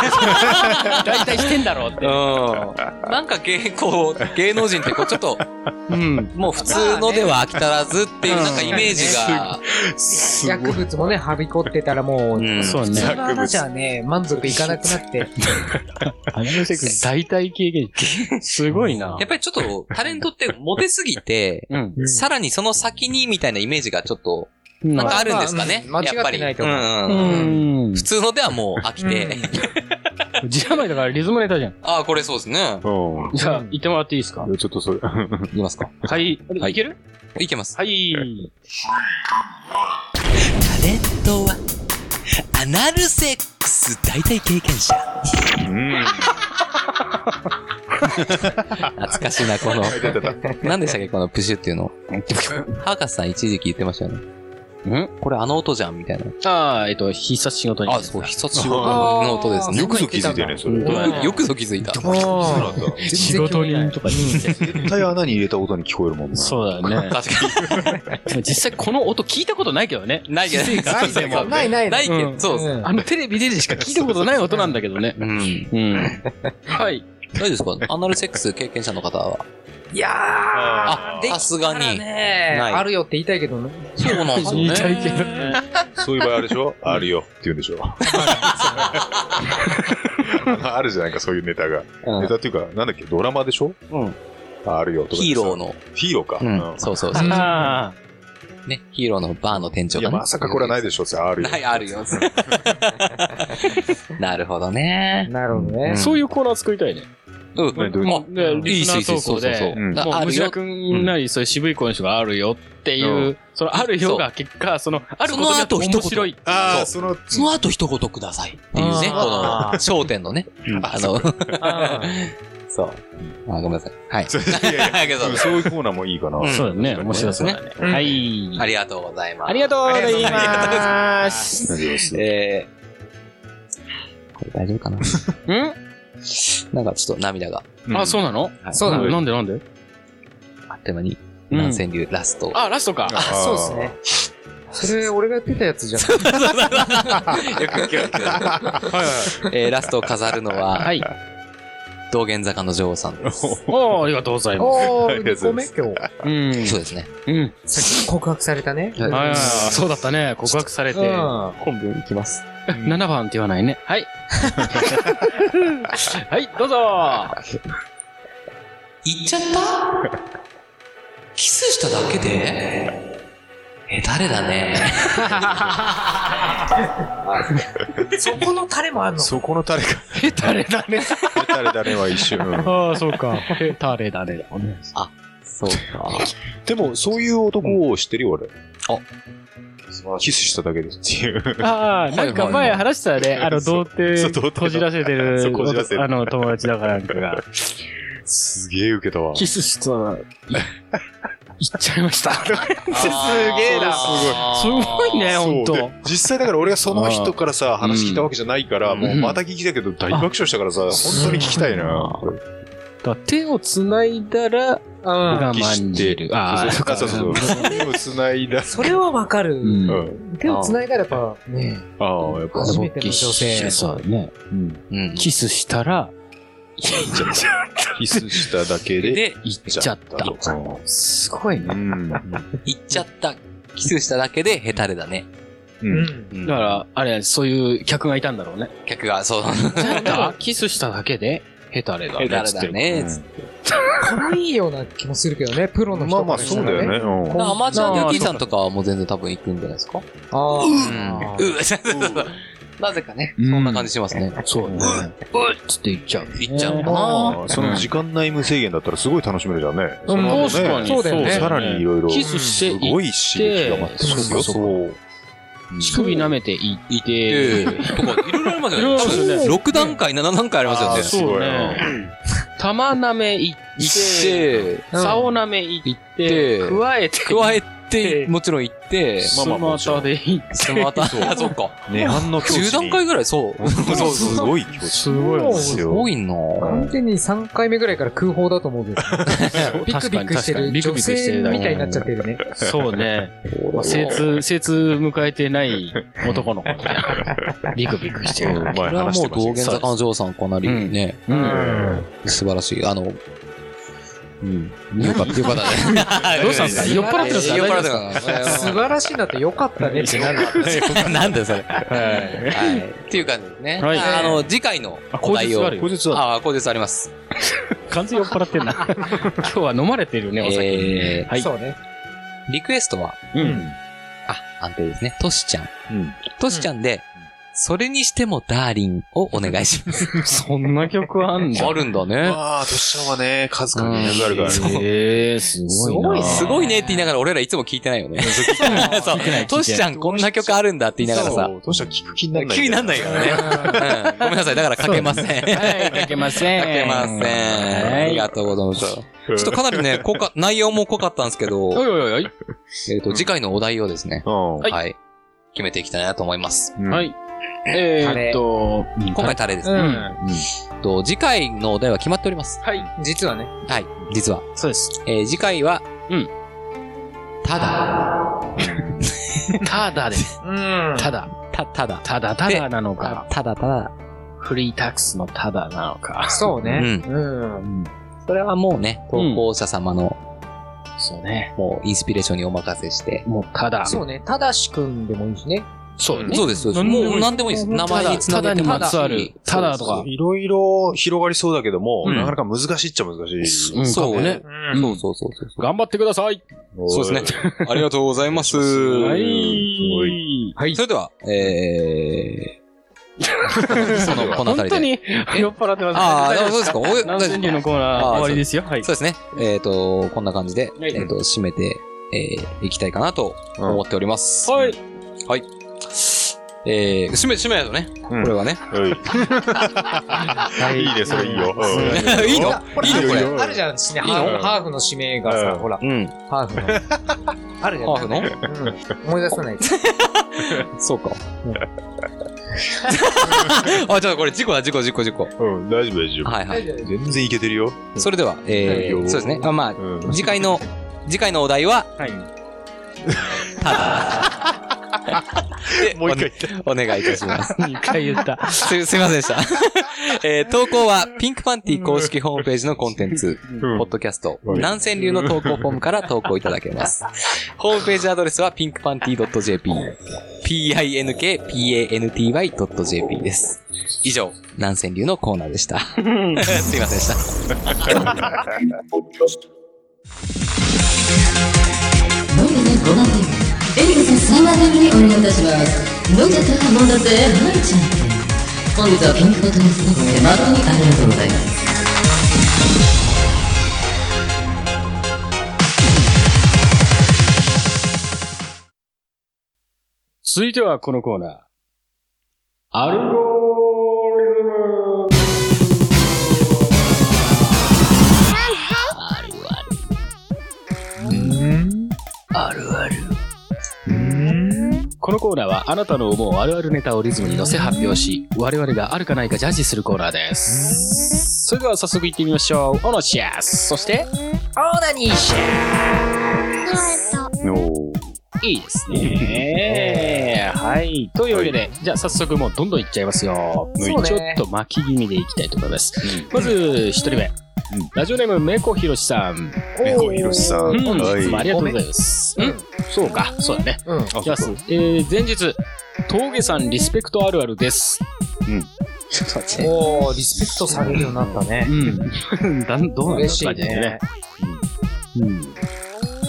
Speaker 2: 大体してんだろうって。
Speaker 4: うん。なんか芸、こう、芸能人ってこう、ちょっと、
Speaker 2: うん。
Speaker 4: もう普通のでは飽き足らずっていう、なんかイメージ が、
Speaker 3: す
Speaker 5: 薬物もね、はびこってたらもう、
Speaker 4: うん
Speaker 2: そう
Speaker 5: そ
Speaker 2: ね。
Speaker 5: んな穴じゃね、満足いかなくなって。
Speaker 2: アニメセックス大体経験。 すごいな
Speaker 4: やっ。ぱりちょっと、タレントってモテすぎて、
Speaker 2: うん。
Speaker 4: さらにその先にみたいなイメージがちょっと、なんかあるんですかね。
Speaker 5: まあまあうん
Speaker 4: やっぱり。
Speaker 5: 間違ってないと
Speaker 2: う
Speaker 4: うんうん
Speaker 2: ん。
Speaker 4: 普通のではもう飽きて。
Speaker 2: 字余りだからリズムネタじゃん。
Speaker 4: ああ、これそうですね。
Speaker 3: うん。
Speaker 2: じゃあ、行ってもらっていいですか
Speaker 3: いやちょっとそれ、
Speaker 4: いきますか。
Speaker 2: はい。
Speaker 4: はい
Speaker 2: いける
Speaker 4: いけます。
Speaker 2: はい。
Speaker 4: タレントは、アナルセックス大体経験者。
Speaker 3: うん。
Speaker 4: 懐かしいな、この。何でしたっけ、このプシュっていうの。博士さん一時期言ってましたよね。
Speaker 2: ん
Speaker 4: これあの音じゃん、みたいな。
Speaker 2: ああ、えっと、必殺仕事に。
Speaker 4: あ、そう、必殺仕事
Speaker 5: あー
Speaker 4: の音ですね。
Speaker 3: よくぞ気づいたよね、それ。
Speaker 2: 本当だ
Speaker 5: ね
Speaker 4: よくぞ気づいた。
Speaker 5: お
Speaker 3: そうな
Speaker 5: ー
Speaker 3: んだ。
Speaker 2: 仕事にとか言って。
Speaker 3: 絶対穴に入れた音に聞こえるもんな。
Speaker 2: そうだね。
Speaker 4: 確か
Speaker 2: でも実際この音聞いたことないけどね。
Speaker 4: に。ないけ ど、ないけど、
Speaker 5: ないない
Speaker 4: ないけ
Speaker 2: う
Speaker 4: ど、
Speaker 2: ん
Speaker 4: そうです。
Speaker 5: うん
Speaker 2: あのテレビでしか聞いたことない音なんだけどね。
Speaker 4: うん。
Speaker 2: うん。はい。
Speaker 4: 大丈夫ですかアナルセックス経験者の方は。
Speaker 5: いやー、
Speaker 4: あ、
Speaker 5: でき
Speaker 4: さすがに。
Speaker 5: ね
Speaker 4: ない
Speaker 5: あるよって言いたいけどね。
Speaker 4: そうなんですよ
Speaker 2: 言いた
Speaker 4: ね。
Speaker 2: いけどね。
Speaker 3: そういう場合あれでしょあるよって言うんでしょあるじゃないか、そういうネタが。
Speaker 4: うん
Speaker 3: ネタっていうか、なんだっけ、ドラマでしょ
Speaker 4: うん
Speaker 3: あるよとか。
Speaker 4: ヒーロー。の。
Speaker 3: ヒーローか。
Speaker 4: うん。そうそうそう。
Speaker 2: あ
Speaker 4: ね、ヒーローのバーの店長
Speaker 3: い
Speaker 4: が
Speaker 3: や、
Speaker 4: ね。
Speaker 3: まさかこれはないでしょ、さあるよ。
Speaker 4: ない、あるよ。 なるほどね。
Speaker 5: なるほ
Speaker 2: あ。
Speaker 5: どね。
Speaker 2: そういうコーナー作りたいね。
Speaker 4: うん。
Speaker 3: 何どういう
Speaker 4: あ
Speaker 2: で、
Speaker 4: い
Speaker 2: リ
Speaker 4: い
Speaker 2: スナ
Speaker 4: し、いい
Speaker 2: ー投
Speaker 4: し、そ
Speaker 2: 稿
Speaker 4: うそうそう
Speaker 2: で、。
Speaker 3: うん
Speaker 4: だ
Speaker 2: もう、
Speaker 4: ある
Speaker 2: ムジラ
Speaker 4: よ。
Speaker 2: 君なり、そういう渋い子の人があるよっていう、そのあるよが結果、その、あることによって面白い。
Speaker 3: ああ、その、
Speaker 4: そ の後一言くださいっていうね、この
Speaker 5: あ、
Speaker 4: 焦点のね、あの、
Speaker 5: あー
Speaker 4: そう。あ、ごめんなさい。はい。
Speaker 3: そういやいや
Speaker 4: だけど
Speaker 3: うんそういうコーナーもいいかな。
Speaker 4: うん
Speaker 2: そうだね。面白そうだね。
Speaker 5: うん
Speaker 2: はい。
Speaker 4: ありがとうございます。
Speaker 2: ありがとうござい
Speaker 4: ありがとうござい
Speaker 2: ま
Speaker 4: ます
Speaker 2: す。
Speaker 3: です
Speaker 4: えー、これ大丈夫かな
Speaker 2: ん
Speaker 4: なんかちょっと涙が、
Speaker 2: あ、そうなの
Speaker 4: はい
Speaker 5: そうなの
Speaker 2: なんでなんで
Speaker 4: あっという間に、
Speaker 2: うん
Speaker 4: 南千流ラスト。
Speaker 2: あ、ラストか。
Speaker 3: あー
Speaker 5: そうですね。それ、俺がやってたやつじゃん。
Speaker 4: よ くよくよく えーラストを飾るのは、
Speaker 2: はい。
Speaker 4: 道玄坂の女王さんです。
Speaker 2: おー、ありがとうございます。
Speaker 5: お
Speaker 3: あ
Speaker 5: ー、
Speaker 3: りが
Speaker 5: 2
Speaker 3: とう
Speaker 5: 個
Speaker 3: ござ
Speaker 5: 目
Speaker 3: い
Speaker 5: 今
Speaker 2: う
Speaker 5: 日。
Speaker 2: ん。
Speaker 4: そうですね。
Speaker 2: うん。
Speaker 5: さっき告白されたね。
Speaker 4: はい
Speaker 2: あーそうだったね。告白されて。
Speaker 5: うん。
Speaker 4: 本文いきます。
Speaker 2: 7番って言わないね。 はい。はい、どうぞ。
Speaker 4: 行っちゃったキスしただけでえ、誰だね。
Speaker 5: そこのタレもあるの
Speaker 3: そこの誰か、
Speaker 2: え、誰だね。
Speaker 3: 誰誰は一瞬。うん
Speaker 2: ああ、そうか。え、誰だねだもんね。
Speaker 4: そうか。
Speaker 3: でも、そういう男を知ってるよ、俺。素晴らしいキスしただけですっていう。
Speaker 2: ああ、なんか前話したね、 あの、童
Speaker 3: そう
Speaker 2: 貞
Speaker 3: 童貞
Speaker 2: こじらせて る
Speaker 3: そうこじらせて、る
Speaker 2: あの、友達だからなんかが、
Speaker 3: すげえ受けたわ。
Speaker 2: キスした ら、い行っちゃいま した。すげえな。すごいね、ほん
Speaker 3: そう
Speaker 2: と
Speaker 3: で。実際だから俺がその人からさ、
Speaker 2: うん
Speaker 3: 話聞いたわけじゃないから、
Speaker 2: うん
Speaker 3: もうまた聞きたいけど大爆笑したからさ、本当に聞きたい
Speaker 2: だ
Speaker 3: な。
Speaker 2: から手を繋いだら、
Speaker 5: うん。
Speaker 2: 我慢できる。ああ、そうう
Speaker 3: そそ
Speaker 2: か
Speaker 3: うそう そう。手を繋いだ。
Speaker 5: それはわか
Speaker 2: う
Speaker 5: る。
Speaker 2: ん。
Speaker 3: うん。
Speaker 5: 手を繋いだらやっぱ、ね、
Speaker 3: ああ、やっぱ。
Speaker 5: 初めての女性
Speaker 2: そうね。
Speaker 3: うん。
Speaker 4: うん。
Speaker 2: キスしたら、
Speaker 3: キスしただけで、
Speaker 4: で、
Speaker 2: 行っちゃった。
Speaker 3: と
Speaker 2: すごいね
Speaker 3: う。ん。
Speaker 4: 行っちゃった。キスしただけでヘタレだね。
Speaker 3: う。
Speaker 5: うんん。
Speaker 2: だから、あれ、そういう客がいたんだろうね。
Speaker 4: 客が、そう、
Speaker 2: なんだキスしただけで、ヘタレだ。
Speaker 4: ヘタレだね。つって
Speaker 5: 可愛いような気もするけどね、プロの人
Speaker 3: まあまあ、
Speaker 5: からした
Speaker 3: そ
Speaker 5: ら
Speaker 3: うだよね。。
Speaker 4: だからアマチュアの
Speaker 2: まあ
Speaker 4: DT さんとかはもう全然多分行くんじゃないですか
Speaker 5: あ
Speaker 4: うん。
Speaker 5: あ。
Speaker 4: うー、そうそうそう。なぜかね、
Speaker 3: うん
Speaker 4: そんな感じしますね。
Speaker 2: そうね。うっつって行っちゃう。
Speaker 4: 行っちゃう
Speaker 2: ね
Speaker 4: かな。
Speaker 3: ああその時間内無制限だったらすごい楽しめるじゃんね。
Speaker 5: うん
Speaker 3: の後ね
Speaker 2: 確かに。
Speaker 5: そうだよね
Speaker 3: さらにいろいろ。
Speaker 2: キスして
Speaker 3: す
Speaker 2: 行
Speaker 3: ご
Speaker 2: っ
Speaker 3: い刺激が待ってますよ。
Speaker 2: そう
Speaker 3: そう。
Speaker 2: 乳首舐めて行って、
Speaker 4: ええとか、いろいろあります
Speaker 2: いろいろありますよね
Speaker 4: よね。6段階、7段階ありますよね
Speaker 3: あ。そう
Speaker 2: そう
Speaker 3: すごいな
Speaker 2: ね。玉舐め行
Speaker 4: 行
Speaker 2: っ、
Speaker 4: ってて、
Speaker 5: うん
Speaker 2: 竿舐め行っ
Speaker 4: 行
Speaker 2: て、
Speaker 4: って
Speaker 2: 加えて、
Speaker 4: 加え
Speaker 2: え
Speaker 4: て、
Speaker 2: え
Speaker 4: もちろん行って、
Speaker 2: スマタで行って。
Speaker 4: そのま た、あ、そっか。
Speaker 3: ね、あんの境地に
Speaker 4: 10段階ぐらい、そう。そうそう。
Speaker 3: すごい境地。
Speaker 2: すごい
Speaker 5: もう
Speaker 2: ね。
Speaker 3: す
Speaker 4: すごいなぁ。
Speaker 5: 完全に3回目ぐらいから空砲だと思う んですよビクビクしてる
Speaker 2: ビク
Speaker 5: 女
Speaker 2: ビクして
Speaker 5: 性
Speaker 2: るだけ
Speaker 5: みたいになっちゃってるね。
Speaker 2: そうね。まあ、精通、精通迎えてない男の子みたい な。ビクビクして
Speaker 3: うん
Speaker 2: る。
Speaker 3: 前
Speaker 4: これは
Speaker 3: 話
Speaker 4: も
Speaker 3: し
Speaker 4: う
Speaker 3: てました
Speaker 4: 道玄
Speaker 3: けど
Speaker 4: 坂の嬢さんかなりね、
Speaker 2: うん。
Speaker 4: 素晴らしい。あの、うん。よか った、よかったね。
Speaker 2: どうしたんですか酔っ払ってるんですか
Speaker 4: 酔っ払って
Speaker 5: 素
Speaker 4: る
Speaker 5: 晴らしいなってよかったねってなる。
Speaker 4: なんだよ、それ。
Speaker 2: はい。
Speaker 4: はい。っていう感じですね。
Speaker 2: はい
Speaker 4: あの、次回の
Speaker 2: あ、
Speaker 4: お
Speaker 2: 口
Speaker 4: 題
Speaker 2: 実が
Speaker 4: を
Speaker 2: あ。るよ
Speaker 3: こ。いつは、
Speaker 4: ああ、口実あります。
Speaker 2: 完全に酔っ払ってん な。今日は飲まれてるね、お酒に。
Speaker 4: え
Speaker 2: はい。
Speaker 5: そ うね。
Speaker 4: ーリクエストは、
Speaker 2: うん。
Speaker 4: あ、安定ですね。トシちゃん。
Speaker 3: うん
Speaker 4: トシちゃんで、それにしてもダーリンをお願いします。
Speaker 2: そんな曲あんだ。
Speaker 4: あるんだね。
Speaker 3: まあ、年下はね、数限りなくあるからね。
Speaker 4: うん
Speaker 2: えー、すごいな。
Speaker 4: すごいねって言いながら俺らいつも聞いてないよね。そう
Speaker 2: 聞いてない聞いてない。
Speaker 4: トシちゃんこんな曲あるんだって言いながらさ。
Speaker 3: そう、年は聞く気にならない。
Speaker 4: 気になんないからね。うんごめんなさい。だからかけません。か
Speaker 2: はい、かけません。
Speaker 4: けません。
Speaker 2: は
Speaker 4: あり
Speaker 2: い。
Speaker 4: がとうございました。ち
Speaker 3: うん。
Speaker 4: ょっとかなりね、濃か、内容も濃かったんですけ
Speaker 2: お
Speaker 4: ど、
Speaker 2: いおいおい。
Speaker 4: えっと、次回のお題をですね、
Speaker 3: うん。
Speaker 2: はい
Speaker 4: はい。決めていきたいなと思います。
Speaker 3: うん
Speaker 2: は。い。え
Speaker 5: タ
Speaker 2: ー
Speaker 5: レ
Speaker 2: っと、今
Speaker 4: 今回タレです
Speaker 5: う
Speaker 4: ね。
Speaker 5: ん。
Speaker 4: えっと、次回のお題は決まっております。
Speaker 2: はい。
Speaker 5: 実はね。
Speaker 4: はい。実は。
Speaker 2: そうです。
Speaker 4: えー次回は、
Speaker 2: うん。
Speaker 4: ただ、
Speaker 2: ただです。
Speaker 5: うん
Speaker 2: ただ。
Speaker 4: た、ただ、
Speaker 2: ただただなの
Speaker 4: あ
Speaker 2: か、
Speaker 4: ただ、ただ、
Speaker 2: フリータックスのただなのか。
Speaker 5: そうね。うん。
Speaker 4: それはもうね、投稿者様の、
Speaker 2: そうね。
Speaker 4: もう、インスピレーションにお任せして、
Speaker 2: もうただ。
Speaker 5: そうね。ただしくんでもいいしね。
Speaker 2: そう
Speaker 4: そうです、そうです。
Speaker 2: 何でもいい
Speaker 4: もう何でもいいです。名前につ
Speaker 2: た
Speaker 4: なげて
Speaker 2: だに
Speaker 4: も
Speaker 2: まつわるただと
Speaker 4: そう
Speaker 2: か。
Speaker 3: いろいろ広がりそうだけども、
Speaker 2: うん
Speaker 3: なかなか難しいっちゃ難しい。
Speaker 2: うん
Speaker 4: そうね。
Speaker 2: うん
Speaker 4: そうそうそうそう。
Speaker 2: 頑張ってください。
Speaker 4: そうですね。ありがとうございます。
Speaker 2: は。
Speaker 3: はい
Speaker 5: はい
Speaker 4: そ。れでは、えー、 その、このあ
Speaker 2: 本
Speaker 4: たり
Speaker 2: 当
Speaker 4: で。
Speaker 2: に酔っ払ってます。
Speaker 4: ああ、でもそうですか。おい
Speaker 2: 何千里のコーナー終わりですよ。はい。
Speaker 4: そうですね。えっ、と、こんな感じで、
Speaker 2: はい
Speaker 4: えっ、と、締めて、えー、いきたいかなと思っております。
Speaker 2: はい。
Speaker 4: えー、締め、締めないとね。こ
Speaker 3: うん
Speaker 4: れはね。
Speaker 3: はい。いいね、それいいよ。
Speaker 2: う
Speaker 3: うん
Speaker 2: ん
Speaker 4: いいの
Speaker 5: ほら
Speaker 4: いいのこれ
Speaker 5: あるじゃん、しね。
Speaker 4: いいの
Speaker 5: ハーフハーフの指名が
Speaker 3: う
Speaker 5: さ、
Speaker 3: ん
Speaker 5: ほら
Speaker 4: う、ん。
Speaker 5: ハーフの。あるじゃん。
Speaker 4: ハーフの
Speaker 5: うん思い出さない。
Speaker 4: そうか
Speaker 5: う
Speaker 4: あ、
Speaker 5: ん。
Speaker 4: ちょっとこれ事故だ、事故、事故、事故。は
Speaker 3: うん、大丈夫、大丈夫。
Speaker 4: いはい。
Speaker 3: 全然いけてるよ。
Speaker 4: それでは、え
Speaker 3: う
Speaker 4: ー、
Speaker 3: ん
Speaker 4: そうですね。あま
Speaker 3: うん
Speaker 4: あ、次回の、次回のお題は、
Speaker 2: はい。
Speaker 4: で
Speaker 3: もう一回言って。
Speaker 4: おお願いいたします。
Speaker 2: 2回言った。
Speaker 4: す、すいませんでした。えー投稿は、ピンクパンティ公式ホームページのコンテンツ、
Speaker 3: うん
Speaker 4: ポッドキャスト、
Speaker 3: うん
Speaker 4: 南千流の投稿フォームから投稿いただ けます。ホームページアドレスは、pinkpanty.jp、pinkpanty.jp です。以上、南千流のコーナーでした。 すいませんでした。
Speaker 1: 飲んでね5番手エリカさん3番手にお願いいたします飲んじゃった飲んだぜはいちゃん本日はピンクボトルスポーツ誠にありがとうございます
Speaker 2: 続いてはこのコーナー。アルゴリズムあるある。あるある。このコーナーはあなたの思うあるあるネタをリズムに乗せ発表し、我々があるかないかジャッジするコーナーです。それでは早速行ってみましょう。オノシャス。そして、オナニーシャ
Speaker 3: おー
Speaker 2: いいですね。はい。というわけで、じゃあ早速もうどんどんいっちゃいますよ。
Speaker 5: そうね
Speaker 2: ちょっと巻き気味でいきたいと思います。まず、一人目。ラジオネーム、めこひろしさん。
Speaker 3: 猫ひろしさん。
Speaker 2: うん、
Speaker 3: はい
Speaker 2: つもあり
Speaker 3: い。
Speaker 2: がとうございます。
Speaker 5: うん
Speaker 2: うん、そうか、そうだね。
Speaker 5: うん。
Speaker 3: あ
Speaker 2: いきます。えー、前日、峠さんリスペクトあるあるです。
Speaker 6: ちょっと待って。
Speaker 5: おー、リスペクトされるようになったね。
Speaker 2: うん。 だんどうなんだ
Speaker 5: 嬉しいね
Speaker 2: って感じだよね。うん。ちょっ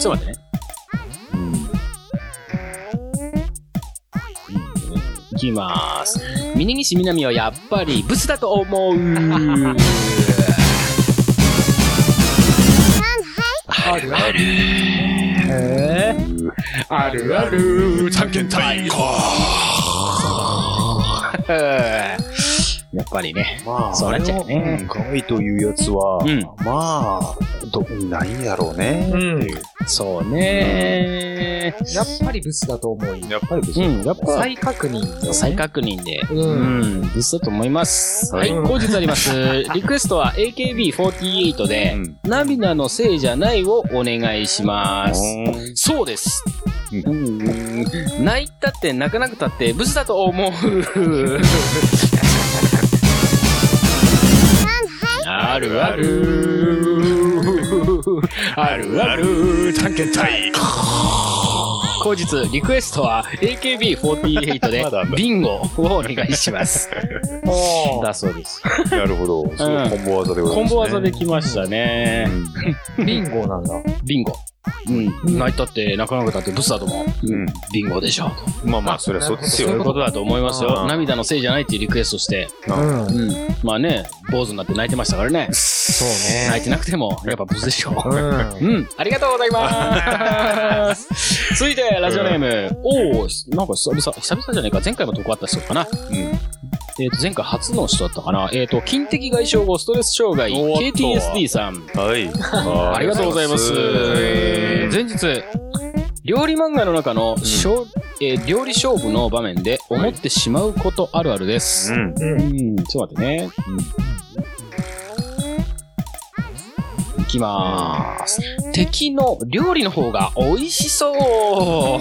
Speaker 2: と待ってね。いきます。峯岸みなみはやっぱりブスだと思う。
Speaker 5: あるある。
Speaker 2: あるある、探検隊 やっぱりね。
Speaker 3: まあ、
Speaker 2: そうなっちゃうね
Speaker 3: あれをん可愛いというやつは、
Speaker 2: うん
Speaker 3: まあ、ど、ないんだろう
Speaker 5: う
Speaker 3: ね。
Speaker 5: ん。
Speaker 2: そうね。
Speaker 5: やっぱりブスだと思い。
Speaker 3: やっぱり別
Speaker 2: う
Speaker 3: に。
Speaker 2: ん、やっぱ
Speaker 5: 再確認よ。
Speaker 2: 再確認で。
Speaker 5: う。
Speaker 2: うんん、ブスだと思います。はい、
Speaker 5: うん
Speaker 2: 後日あります。リクエストは AKB48 で、
Speaker 3: うん
Speaker 2: 涙のせいじゃないをお願いします。
Speaker 3: おー
Speaker 2: そうです。
Speaker 3: う
Speaker 2: うん泣いたって泣かなくたってブスだと思う。あるある。あるある探検隊。後日、リクエストは AKB48 で
Speaker 3: まだあんだ
Speaker 2: ビンゴをお願いします。
Speaker 5: お ー
Speaker 2: だそうです。
Speaker 3: なるほど。そうコンボ技でござい
Speaker 2: コ
Speaker 3: ますね。
Speaker 2: ンボ技できましたね。
Speaker 5: ビンゴなんだ。
Speaker 2: ビンゴ。うん。泣いたって、泣かなくたってブスだと思う。
Speaker 3: うん。
Speaker 2: ビンゴでしょ。
Speaker 3: うん。まあまあ、そりゃそうです
Speaker 2: そういう
Speaker 3: よ。
Speaker 2: ことだと思います
Speaker 3: あ
Speaker 2: よ。
Speaker 3: ー
Speaker 2: 涙のせいじゃないっていうリクエストして。
Speaker 5: うん。
Speaker 2: うん。まあね、坊主になって泣いてましたからね。
Speaker 5: そうね。
Speaker 2: 泣いてなくても、やっぱブスでしょ。
Speaker 5: うん。
Speaker 2: うん。ありがとうございます。 続いて、ラジオネーム。おー、なんか久々、久々じゃねえか。前回も得あった人かな。えっと、前回初の人だったかな。えっと、筋的外傷後ストレス障害、
Speaker 3: おーっと
Speaker 2: KTSD さん。
Speaker 3: はい。
Speaker 2: ありがとうございます。前日、料理漫画の中の、しょうえー料理勝負の場面で思ってしまうことあるあるです。
Speaker 3: うん。
Speaker 2: うん、ちょっと待ってね。いきまーす。敵の料理の方が美味しそう。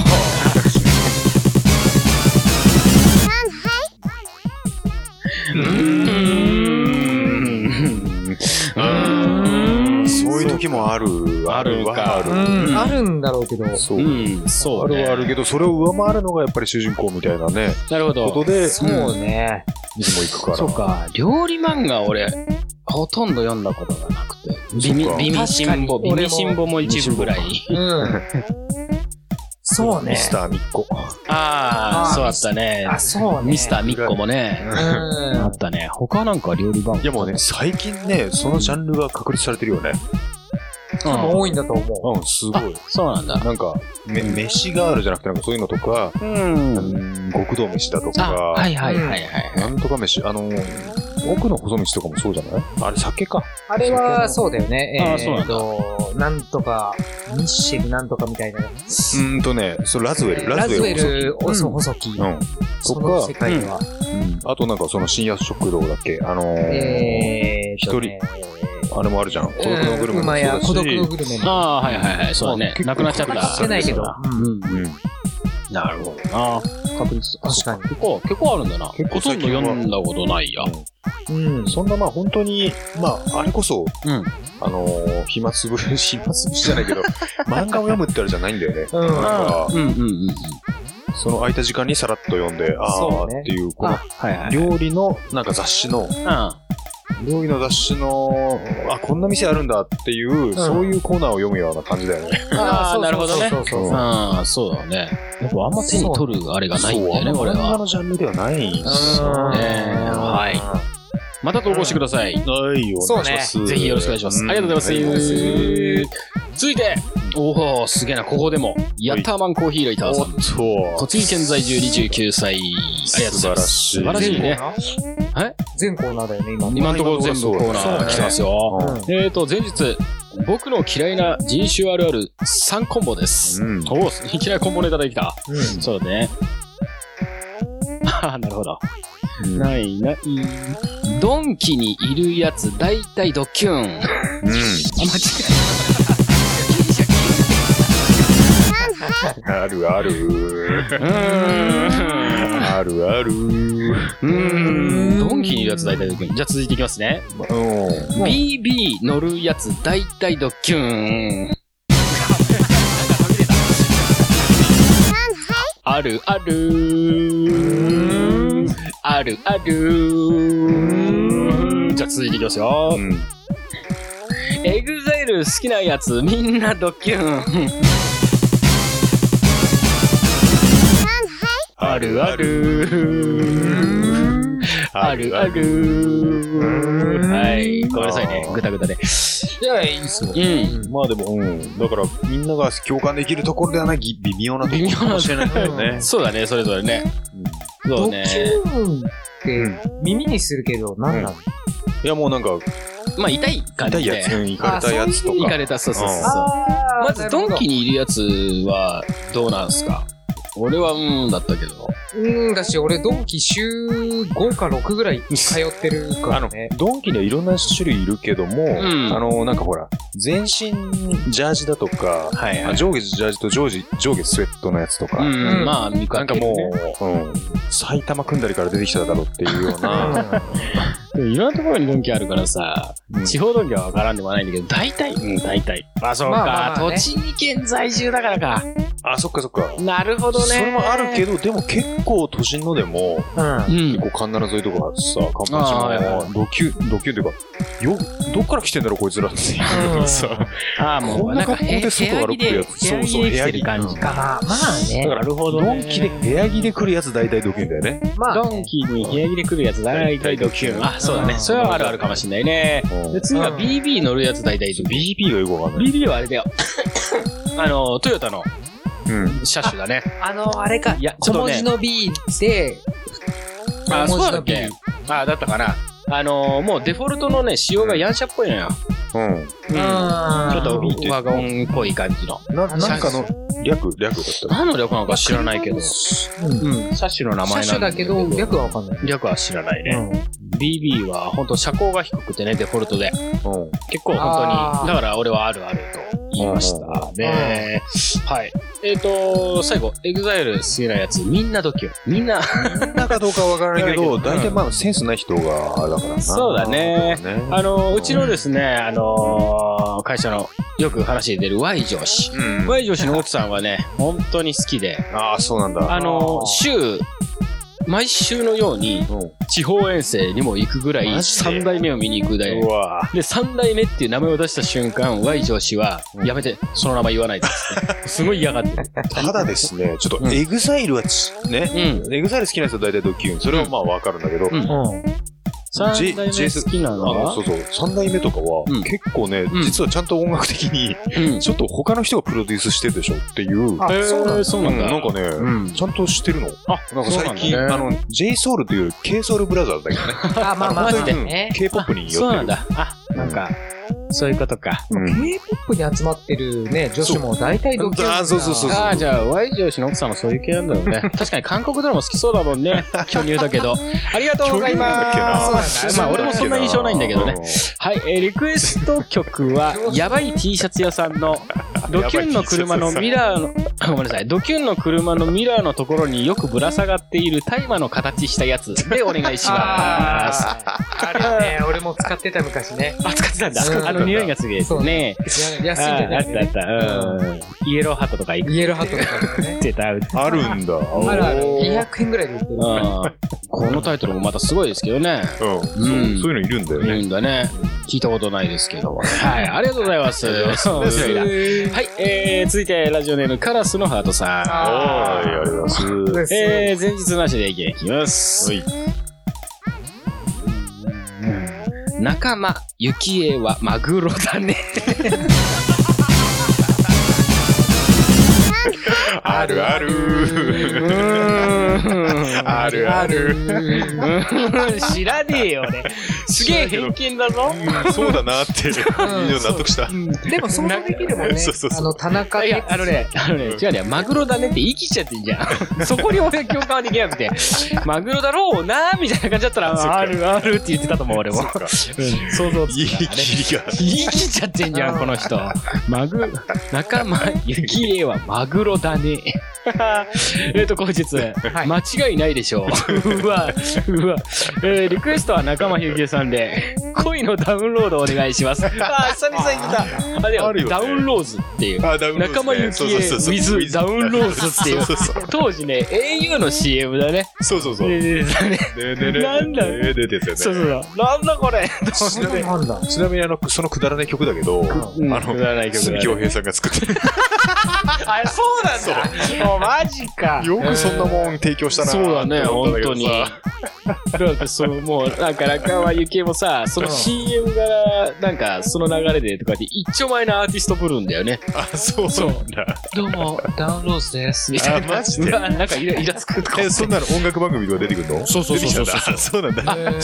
Speaker 2: うーん
Speaker 3: そういう時もある。
Speaker 2: あるか
Speaker 3: ある。
Speaker 5: うん。あるんだろうけど。
Speaker 3: そうう。
Speaker 2: ん、そう、
Speaker 3: あ
Speaker 2: ね。
Speaker 3: るはあるけど、それを上回るのがやっぱり主人公みたいなね、
Speaker 2: なるほ
Speaker 3: こ
Speaker 2: ど
Speaker 3: と。で、
Speaker 5: そうね。
Speaker 3: いつも行くから。
Speaker 2: そうか、料理漫画俺、ほとんど読んだことがなくて。ビミ
Speaker 3: そうか
Speaker 2: ビミシンボ、
Speaker 5: 確かに
Speaker 2: ビ
Speaker 5: 俺も
Speaker 2: ミシンボも一部ぐらい。
Speaker 5: うん。そうね
Speaker 3: ミ。スターみっこ。
Speaker 2: ああ、
Speaker 5: あー
Speaker 2: そうだったね。
Speaker 5: あ、そうね。
Speaker 2: ミスターミッコもね。あ
Speaker 5: う
Speaker 2: ったね。他なんか料理番
Speaker 3: いやもうね、最近ね、そのジャンルが確立されてるよね。
Speaker 5: ん。
Speaker 2: うん。
Speaker 5: 多いんだと思
Speaker 3: うん、すごい。
Speaker 2: そうなんだ。
Speaker 3: なんか、め、飯ガールじゃなくて、なんかそういうのとか、
Speaker 2: う。
Speaker 3: うんん、極道飯だと
Speaker 2: あ、
Speaker 3: か、
Speaker 2: はいはいはいはい。
Speaker 3: なんとか飯、あの、奥の細道とかもそうじゃないあれ酒か。
Speaker 5: う。あれは、そうだよね。
Speaker 2: あー
Speaker 5: え
Speaker 2: そうな
Speaker 5: ー
Speaker 2: んだ
Speaker 5: と、なんとか、ミッシェルなんとかみたいな。
Speaker 3: うーんとね、そうラズウェル、
Speaker 5: ラズウェ
Speaker 3: もそう
Speaker 5: ル、おそ細木。
Speaker 3: うん。
Speaker 5: その世界は。
Speaker 3: うんあとなんかその深夜食堂だっけあのー、
Speaker 5: えーとね、
Speaker 3: あれもあるじゃん。孤独のグルメ
Speaker 5: 馬や
Speaker 3: も
Speaker 5: 孤
Speaker 3: そうだ
Speaker 5: 独
Speaker 3: し
Speaker 5: のグルメ
Speaker 2: あ
Speaker 5: も。
Speaker 2: あ、はいはいはい。そうだ
Speaker 3: ま
Speaker 2: ね
Speaker 3: あ。結構
Speaker 2: なくなっちゃった。
Speaker 3: 確認
Speaker 5: してないけど。うん
Speaker 2: うん。
Speaker 3: うん。
Speaker 2: なるほどな。確認した。
Speaker 5: 確かに
Speaker 2: 結構、結構あるんだな。ほと
Speaker 3: 結構
Speaker 2: ん
Speaker 3: 最
Speaker 2: ど
Speaker 3: 近は
Speaker 2: 読んだことないや。
Speaker 5: うん。
Speaker 3: そんなまあ本当に、まああれこそ、
Speaker 2: うん
Speaker 3: あのー、暇つぶし、 暇つぶしじゃないけど、漫画を読むってあれじゃないんだよね。
Speaker 5: うん
Speaker 3: なんか、
Speaker 2: うんうんうんうん。
Speaker 3: その空いた時間にさらっと読んで、あ
Speaker 5: そ
Speaker 3: あ
Speaker 5: うね
Speaker 3: っていう、この
Speaker 2: あ、はいはい。
Speaker 3: 料理の、なんか雑誌の、料理の雑誌の、あ、こんな店あるんだっていう、そういうコーナーを読むような感じだよね。
Speaker 2: ああ、
Speaker 5: そうそうそう
Speaker 2: なるほどね。
Speaker 5: そうそうそう
Speaker 2: ああ、そうだね。やっぱあんま手に取るあれがないんだよね、
Speaker 3: そう
Speaker 2: 俺
Speaker 3: 漫画
Speaker 2: は。
Speaker 3: のジャンルではないんです
Speaker 5: う
Speaker 3: よ
Speaker 5: ん
Speaker 2: ええはい。また投稿してください。
Speaker 3: はい、お願いします。
Speaker 2: ぜひよろしくお願いします。
Speaker 3: うん
Speaker 2: ありがとうござい
Speaker 3: ありがとうご
Speaker 2: ま
Speaker 3: ざいます
Speaker 2: す。続いて、おお、すげえな、ここでも。ヤッターマンコーヒーライターさん。
Speaker 3: そ
Speaker 2: 栃木県在住29歳。ありがとうございます。
Speaker 3: 素晴らしい
Speaker 2: 素晴らしいね。
Speaker 5: 全コーナーだよね、今。
Speaker 2: 今のところ全部コーナーが来てますよ。
Speaker 5: うん
Speaker 2: えーと、前日、僕の嫌いな人種あるある3コンボです。
Speaker 3: うん
Speaker 2: おお、嫌いコンボネタできた。そうだね。 ああ、なるほど。ないない。ドンキにいるやつ、だいたいドッキュン。あ、 間違
Speaker 3: うん。あるある。
Speaker 2: えた。
Speaker 3: あるある。
Speaker 2: うーん。ドンキにいるやつ、だいたいドッキュン。じゃあ続いていきますね。
Speaker 3: うん。
Speaker 2: BB 乗るやつ、だいたいドッキュン。あるある。あるある。じゃあ続いていきますよ。
Speaker 3: うん
Speaker 2: エグザイル好きなやつみんなドキュンあるあるあるあるはいごめんなさいねぐたぐたで
Speaker 5: いや、いいっすよ。
Speaker 2: うん
Speaker 3: まあでも、うん。だから、みんなが共感できるところではないぎ微妙なところかもしれないけどね。
Speaker 2: そうだねそれぞれねそうね
Speaker 5: ドキューンって耳にするけど、なんなの
Speaker 3: いや、もうなんか、
Speaker 2: まあ痛い感
Speaker 3: 痛
Speaker 2: じ
Speaker 3: い
Speaker 2: で
Speaker 3: やつ、うん、いかれたやつと
Speaker 2: 行か
Speaker 3: か。
Speaker 2: れたそうそうそうそう
Speaker 5: あー
Speaker 2: まずドンキにいるやつはどうなんすか俺はうーんだったけど
Speaker 5: うん、だし、俺、ドンキ週5か6ぐらい通ってるか
Speaker 3: あ
Speaker 5: ら
Speaker 3: の
Speaker 5: ね。、
Speaker 3: ドンキにはいろんな種類いるけども、
Speaker 2: ん
Speaker 3: あの、なんかほら、全身ジャージだとか、
Speaker 2: はい
Speaker 3: あ上下ジャージと上下、上下スウェットのやつとか、
Speaker 2: うんまあ見
Speaker 3: な
Speaker 2: か
Speaker 3: んか
Speaker 2: ける
Speaker 3: も
Speaker 2: ね
Speaker 3: う、うん、埼玉組んだりから出てきただろうっていうような、
Speaker 2: でもいろんなところにドンキあるからさ、
Speaker 3: うん
Speaker 2: 地方ドンキはわからんでもないんだけど、大体、うん、大体。まあそう
Speaker 5: か
Speaker 2: 栃木県在住だからか。
Speaker 3: あ、そっかそっか。
Speaker 2: なるほどね。
Speaker 3: それもあるけど、でも結構都心のでも、
Speaker 5: うん。
Speaker 2: うん。
Speaker 3: 結構カンナラ沿いとかさ、カンパ
Speaker 2: あーはいは
Speaker 3: チも、ドキュ、ドキュっていうか、よ、どっから来てんだろう、こいつらっていうさ、
Speaker 2: ああ、
Speaker 3: こんな格好で外歩くやつ、そうそう、部屋着。
Speaker 2: 感じ
Speaker 3: うん
Speaker 2: か。
Speaker 5: まあ、まあね。
Speaker 2: なるほど
Speaker 3: ドンキで部屋着で来るやつ大体ドキュンだよね。
Speaker 5: まあ、
Speaker 2: ドンキに部屋着で来るやつ、大体ドキュン。あ、そうだね。それはあるあるかもしんないね。で、次は BB 乗るやつ大体ドキュン。
Speaker 3: BB がよくわかんない。
Speaker 2: BB はあれだよ。あの、トヨタの
Speaker 3: うん。
Speaker 2: 車種だね。
Speaker 5: あの、あれか、
Speaker 2: いやちょ
Speaker 5: 小
Speaker 2: っと
Speaker 5: 文
Speaker 2: ね
Speaker 5: 字の B で、
Speaker 2: あ、
Speaker 5: 小
Speaker 2: そう
Speaker 5: 文
Speaker 2: だ
Speaker 5: 字の
Speaker 2: っ
Speaker 5: B
Speaker 2: けあ、だったかな。あのーもうデフォルトのね、仕様がヤンシャっぽいのよ。
Speaker 3: うん。
Speaker 2: うん。ちょっ
Speaker 5: ち
Speaker 3: 見
Speaker 2: と
Speaker 3: て
Speaker 2: ワゴンっぽい感じの。
Speaker 3: な、なんかの、略、略だった
Speaker 2: 何の略なのか知らないけど。
Speaker 5: うん
Speaker 2: うん。車種の名前なん
Speaker 5: 車種だけど、略はわかんない。
Speaker 2: 略は知らないね。BB は本当車高が低くてね、デフォルトで。
Speaker 3: うん。
Speaker 2: 結構本
Speaker 5: あ
Speaker 2: 当
Speaker 5: ー
Speaker 2: に、だから俺はあるあると言いましたね。はい。えっ、と、最後、EXILE 好きなやつ、みんなドキュン。みんな、
Speaker 3: なんかどうかわからないけど、
Speaker 2: わからない
Speaker 3: 大
Speaker 2: けど
Speaker 3: 体まあセンスない人が、だからな。
Speaker 2: そうだね
Speaker 3: そうだね
Speaker 2: あの、うちのですね、あのー会社のよく話に出る Y 上司。
Speaker 3: うん。
Speaker 2: Y 上司の奥さんはね、本当に好きで、
Speaker 3: ああ、そうなんだ。
Speaker 2: あの、週、毎週のように
Speaker 3: うん
Speaker 2: 地方遠征にも行くぐらい
Speaker 3: マジで
Speaker 2: 三代目を見に行くで。
Speaker 3: うわ
Speaker 2: で、三代目っていう名前を出した瞬間、Y 上司は、
Speaker 3: うん
Speaker 2: やめて、その名前言わ ないでっつって。すごい嫌がってる。
Speaker 3: ただですね、ちょっ
Speaker 2: うん
Speaker 3: とエグザイルはち、ね。
Speaker 2: うん。
Speaker 3: エグザイル好きな人は大体ドキュン。それはまあわかるんだけど、
Speaker 2: うん三代目
Speaker 3: J-
Speaker 2: 好きなの
Speaker 3: あの、
Speaker 2: は
Speaker 3: そうそう、三代目とかは
Speaker 2: うん、
Speaker 3: 結構ね、
Speaker 2: うん
Speaker 3: 実はちゃんと音楽的に、
Speaker 2: うん。
Speaker 3: ちょっと他の人がプロデュースしてるでしょっていう。
Speaker 5: あそうなんだ
Speaker 2: えーそうなんだ。
Speaker 3: なんかね、
Speaker 2: うん
Speaker 3: ちゃんとしてるの。
Speaker 2: あ
Speaker 3: なんか最近、
Speaker 2: そう
Speaker 3: あ
Speaker 2: なんだね
Speaker 3: の、JSOUL という KSOUL ブラザーズだけどね。
Speaker 5: あ、まあまあ、
Speaker 2: マ
Speaker 5: ま
Speaker 2: ジ
Speaker 5: あ
Speaker 2: で
Speaker 5: ね。
Speaker 3: K-POP によってる。
Speaker 2: そうなんだ。あ、なんか、そういうことか。
Speaker 3: うん。
Speaker 5: K-POP に集まってるね、女子も大体ドキューン
Speaker 3: あそうそうそう
Speaker 2: ああ、じゃあ、Y 上司の奥さんもそういう系なんだろうね。確かに韓国ドラマ好きそうだもんね。巨乳だけど。ありがとうございます。
Speaker 5: 巨乳
Speaker 2: ま
Speaker 5: な
Speaker 2: あ、
Speaker 5: んだっけな
Speaker 2: 俺もそんな印象ないんだけどね。はい、えーリクエスト曲 は、やばい T シャツ屋さん の、ドキュンの車のミラーの、 ごめんなさい、ドキュンの車のミラーのところによくぶら下がっている大麻の形したやつでお願いしま
Speaker 5: あ
Speaker 2: す。
Speaker 5: ーあれよね、俺も使ってた昔ね。
Speaker 2: あ、使ってたんだ
Speaker 5: 使って。た
Speaker 2: あ
Speaker 5: んだ
Speaker 2: の匂いがすげえですね。
Speaker 5: 安いん
Speaker 2: あ
Speaker 5: じゃ
Speaker 2: ーあ
Speaker 5: な
Speaker 2: っ
Speaker 5: い
Speaker 2: たあった。うん。イエローハットとか行っ
Speaker 5: イエローハットとかでね。
Speaker 2: てた。
Speaker 3: ある んだ。
Speaker 5: あるある。
Speaker 3: おー
Speaker 5: 200円ぐらいで売ってる。
Speaker 2: このタイトルもまたすごいですけどね。
Speaker 3: うん。そう
Speaker 2: うん
Speaker 3: そういうのいるんだよ
Speaker 2: い
Speaker 3: ね。
Speaker 2: るんだね。聞いたことないですけど。はい、ありがとうご ざいます。面白いなはい、えー、続いてラジオネームカラスのハートさ
Speaker 3: おーい、あ
Speaker 5: あ
Speaker 3: りがとうございま
Speaker 2: ん。
Speaker 3: す。
Speaker 2: えー、前日なしでいきます。
Speaker 3: はい
Speaker 2: 仲間、ゆきえはマグロだね。
Speaker 3: あるある。あるある。
Speaker 2: 知らねえよ、俺。すげえ偏見だぞ。
Speaker 3: うんそうだなって、みんな納得した。
Speaker 5: でも想像できるもんね
Speaker 3: そうそう。そう
Speaker 5: あの、田中
Speaker 2: い
Speaker 5: 哲
Speaker 2: や、あのね、あのね、違うね、マグロだねって言い切っちゃってんじゃん。そこに俺は共感はできなくて、マグロだろうなーみたいな感じだった
Speaker 3: そっ
Speaker 2: ら、
Speaker 3: か
Speaker 2: あるあるって言ってたと思う、俺も。うん想像つ
Speaker 3: いい
Speaker 2: くからね。
Speaker 3: 切りが。
Speaker 2: 言い切っちゃってんじゃん、この人。マグ、仲間ゆきえはマグロだ ね。えっと、後日、
Speaker 5: い
Speaker 2: 間違いないでしょう。うわ、うわ。えーリクエストは仲間ゆきえさんで、恋のダウンロードお願いします。あー、久々に言った。あ、でも、
Speaker 3: あるよね
Speaker 2: ダウンローズっていう。
Speaker 3: あ、ダウンロー
Speaker 2: 仲間由紀恵 with ダウンローズっていう
Speaker 3: そうそうそう。
Speaker 2: 当時ね、au の CM だね。
Speaker 3: そうそうそう。
Speaker 2: で
Speaker 3: ね
Speaker 2: でででね
Speaker 3: ねねね
Speaker 2: なんだ
Speaker 3: ねでですよね。
Speaker 2: そうそうそう。なんだこれ
Speaker 3: ちなみに
Speaker 5: なんだ。
Speaker 3: ちなみにあの、そのくだらない曲だけど、あ
Speaker 2: ん
Speaker 3: の、
Speaker 2: くだらない曲だね
Speaker 3: 鈴木洋平さんが作って、
Speaker 2: あ、そうなんだ。もうマジか。
Speaker 3: よくそんなもん提供したな
Speaker 2: そうだね、
Speaker 3: って思っ
Speaker 2: 本
Speaker 3: たんけ
Speaker 2: 当
Speaker 3: ど
Speaker 2: に
Speaker 3: さ。
Speaker 2: だからそう、もう、なんか中はゆきえもさ、その CM が、なんか、その流れでとかで、一丁前のアーティストぶるんだよね。
Speaker 3: あ、そうなんだ。
Speaker 5: どうも、ダウンローズです。
Speaker 2: みたい
Speaker 3: あ
Speaker 2: な。
Speaker 3: マジで
Speaker 2: うわなんかイラ、イラつくとか。
Speaker 3: え、そんなの音楽番組とか出てくるの
Speaker 2: そうそうそうそう
Speaker 3: 出てきたんだそうなんだ。
Speaker 2: あ、違う違う違う違う。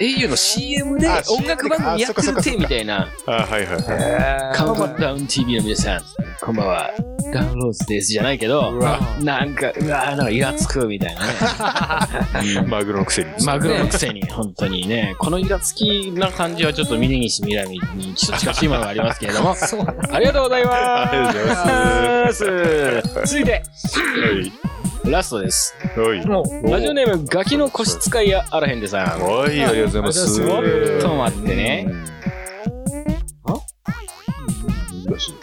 Speaker 2: au の CM で
Speaker 3: あ CM
Speaker 2: 音楽番組やってるって、みたいな。
Speaker 3: あ、はいはいはい。
Speaker 2: カウントダウン TV の皆さん、こんばんは。ダウンローズですじゃないけど、なんか、うわなんかイラつくみたいなね。
Speaker 3: マグロのくせに。
Speaker 2: マグロのくせに、本当にね。このイラつきな感じはちょっと峯岸みなみにちょっと近しいものがありますけれども。ありがとうございます。。
Speaker 3: ありがとうございます
Speaker 2: 続いて、
Speaker 3: は
Speaker 2: ラストです。
Speaker 3: い。はい。
Speaker 5: も
Speaker 3: お
Speaker 2: ラジオネーム、ガキの腰使いやあらへんでさん。
Speaker 3: はい、ありがとうございます。
Speaker 2: ちょっと待ってね。
Speaker 3: 難しい。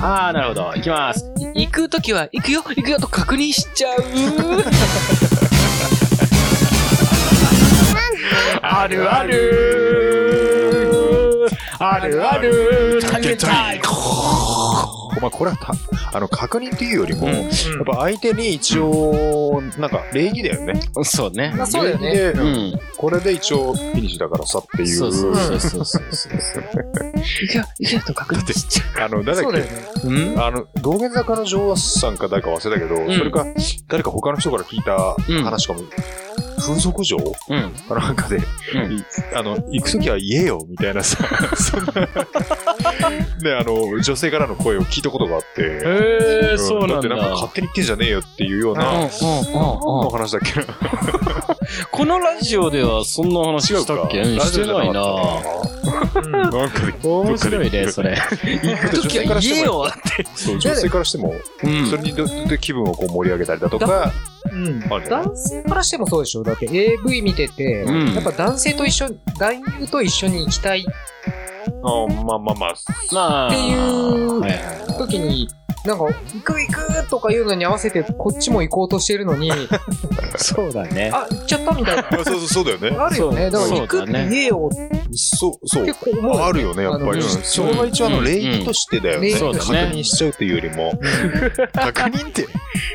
Speaker 2: ああ、なるほど。行きます。行くときは、行くよ、行くよと確認しちゃう。あるある。あるある。探検隊。
Speaker 3: お前、これはた、あの、確認っていうよりも、やっぱ相手に一応、なんか、礼儀だよね。
Speaker 2: そうね
Speaker 5: う、。あそうだよね。
Speaker 3: 礼儀で
Speaker 2: う
Speaker 3: うん
Speaker 2: ん。
Speaker 3: これで一応、フィニッシュだからさってい。
Speaker 2: そうそううそうそうそう。行くよ、行くよと確認しちゃ
Speaker 3: あの、誰
Speaker 5: そ
Speaker 3: だ
Speaker 5: う
Speaker 3: っ
Speaker 5: だよ
Speaker 3: け
Speaker 5: ね。
Speaker 2: うん
Speaker 3: あの、道玄坂の女王さんか誰か忘れたけど、
Speaker 2: ん
Speaker 3: それか、誰か他の人から聞いた話かも、風俗嬢
Speaker 2: う ん。
Speaker 3: かなんかで、
Speaker 2: ん
Speaker 3: いあの、行くときは言えよ、みたい なさ、そんな、ね、あの、女性からの声を聞いたことがあって、
Speaker 2: へえ、
Speaker 3: ん
Speaker 2: そうなん
Speaker 3: って
Speaker 2: だ。
Speaker 3: なんか勝手に言ってんじゃねえよっていうよ
Speaker 2: う
Speaker 3: う
Speaker 2: んうん
Speaker 3: な、
Speaker 2: うんうん
Speaker 3: の話だっけな。
Speaker 2: このラジオではそんな話
Speaker 3: 違う
Speaker 2: し
Speaker 3: か
Speaker 2: たっけうんしてないな。
Speaker 3: なんかで、
Speaker 2: 面白いね、それ。行くときは言えよ
Speaker 3: そう女性からしても、
Speaker 2: うん
Speaker 3: それにどで気分をこう盛り上げたりだとか、
Speaker 5: うん。
Speaker 3: あるじゃない
Speaker 5: 男性からしてもそうでしょだって AV 見てて、
Speaker 2: うん
Speaker 5: やっぱ男性と一緒に、男優と一緒に行きたい
Speaker 3: あまあまあまあ、
Speaker 2: まあ。
Speaker 5: っていう
Speaker 2: はいはい
Speaker 5: 時に、なんか、行く行くとか言うのに合わせて、こっちも行こうとして るのに、あ、
Speaker 2: そうだね。
Speaker 5: 行っちゃったみたいな。
Speaker 3: そうそうそうだよね。
Speaker 5: あるよね。だから
Speaker 2: そう
Speaker 5: 行くって
Speaker 2: そうだね
Speaker 5: 言えよって
Speaker 3: そう、そう。
Speaker 5: 結構思うよね。
Speaker 3: あるよね、やっぱ
Speaker 5: あ
Speaker 3: り。
Speaker 5: の
Speaker 3: それが一応あの、礼儀としてだよね。
Speaker 5: うん
Speaker 2: そうだね
Speaker 3: 確認しちゃうっていうよりも。確認って、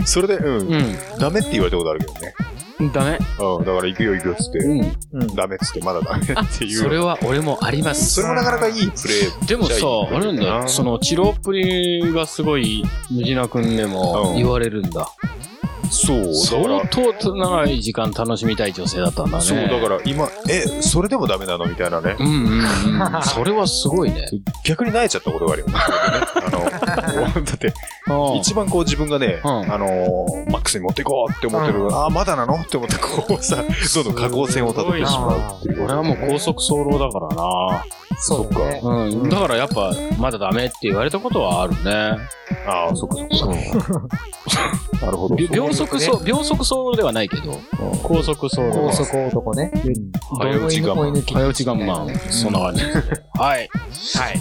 Speaker 3: それで、うん、
Speaker 2: う
Speaker 3: ダメって言われたことあるけどね。
Speaker 2: ん。ダメ。
Speaker 3: うん、だから行くよ行くよっつって、
Speaker 2: ん。
Speaker 3: ダメっつって、まだダメっていう。
Speaker 2: それは俺もあります。
Speaker 3: それもなかなかいいプレー。
Speaker 2: でも
Speaker 3: じ
Speaker 2: さ
Speaker 3: ゃあ、いい
Speaker 2: あれなんだよ。その、チロップリがすごい、ムジナ君でも
Speaker 3: うん
Speaker 2: 言われるんだ。
Speaker 3: そう、だから
Speaker 2: 相。当長い時間楽しみたい女性だったんだね。
Speaker 3: そう、だから今、え、それでもダメなのみたいなね。
Speaker 2: うんうん うん。それはすごいね。
Speaker 3: 逆に萎えちゃったことがあるよね。あの、だって、一番こう自分がね、
Speaker 2: うん
Speaker 3: あのーマックスに持っていこうって思ってる、ああ、まだなのって思って、こうさ、どんどん下降線をたどってしまうっていう。
Speaker 2: 俺はもう高速走路だからな。
Speaker 5: そうだね。
Speaker 2: うん。だからやっぱ、まだダメって言われたことはあるね。
Speaker 3: ああ、そっかそっか。なるほど。
Speaker 2: び秒速
Speaker 5: そういう
Speaker 2: 走、秒速走路ではないけど、高速走路。
Speaker 5: 高速男ね。
Speaker 3: 早打ち我慢
Speaker 5: 追い抜き
Speaker 2: 早打ちガンマン、そんな感じですね。はい。はい。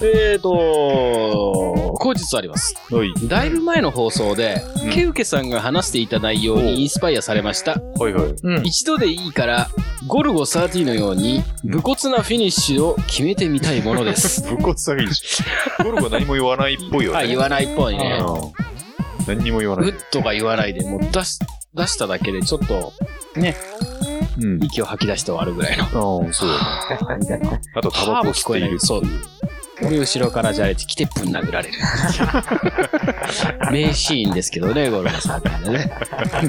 Speaker 2: えーと、後日あります。
Speaker 3: はい。
Speaker 2: だいぶ前の放送で、ケウケさんが話していた内容にインスパイアされました。
Speaker 3: はいはい。
Speaker 5: うん。
Speaker 2: 一度でいいから、ゴルゴ13のように、武骨なフィニッシュを決めてみたいものです。
Speaker 3: 武骨詐欺師。ゴルゴ何も言わないっぽいよね。
Speaker 2: あ、言わないっぽいね。
Speaker 3: うん何にも言わな
Speaker 2: う
Speaker 3: い
Speaker 2: っ。とか言わないで、もう出し、出しただけでちょっと
Speaker 3: うん。
Speaker 2: 息を吐き出して終わるぐらいの。
Speaker 3: ああ、そう。あと、タバコ
Speaker 2: も
Speaker 3: 吸っている。
Speaker 2: そう。で、後ろからじゃれてきてぶん殴られる。名シーンですけどね、ゴルゴさんのね。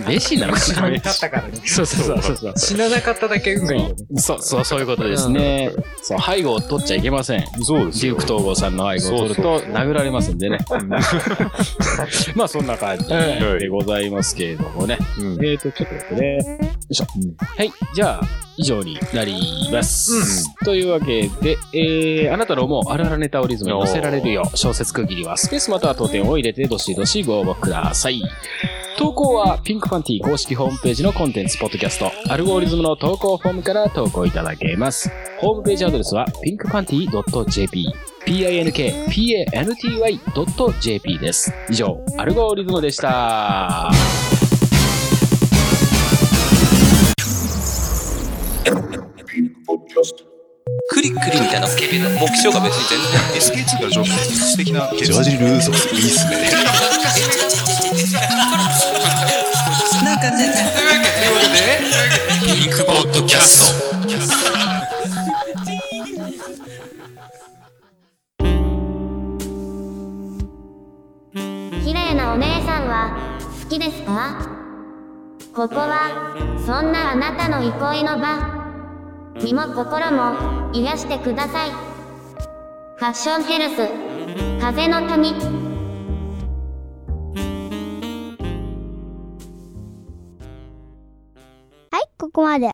Speaker 2: 名シーンなのか
Speaker 5: 後ろ
Speaker 2: な
Speaker 5: に立ったからね。
Speaker 2: そうそうそうそう。
Speaker 5: 死ななかっただけ運がいいよね。
Speaker 2: そう、そう、そういうことですね。そう、背後を取っちゃいけません。
Speaker 3: そう
Speaker 2: デ
Speaker 3: です
Speaker 2: ュー
Speaker 3: よ
Speaker 2: ク。統合さんの背後を取ると殴られますんでね。まあそんな感じでございますけれどもね。
Speaker 3: うん
Speaker 2: えーと、ちょっと待ってね。よいしょ。はい。じゃあ、以上になります。というわけで、えー、あなたの思うあるあるネタをリズムに乗せられるよう、小説区切りはスペースまたは当店を入れて、どしどしご応募ください。投稿はピンクパンティ公式ホームページのコンテンツポッドキャスト、アルゴリズムの投稿フォームから投稿いただけます。ホームページアドレスは pinkpanty.jp、pinkpanty.jp です。以上、アルゴリズムでした。
Speaker 4: クリクリみたいなスケベな目標が別に全然
Speaker 3: SK2 が上質的なジ
Speaker 7: ジルーソースいいっすね。
Speaker 4: なんかねというわけでピンクポッドキャスト
Speaker 8: 綺麗なお姉さんは好きですかここはそんなあなたの憩いの場身も心も癒してくださいファッションヘルス風の谷はいここまで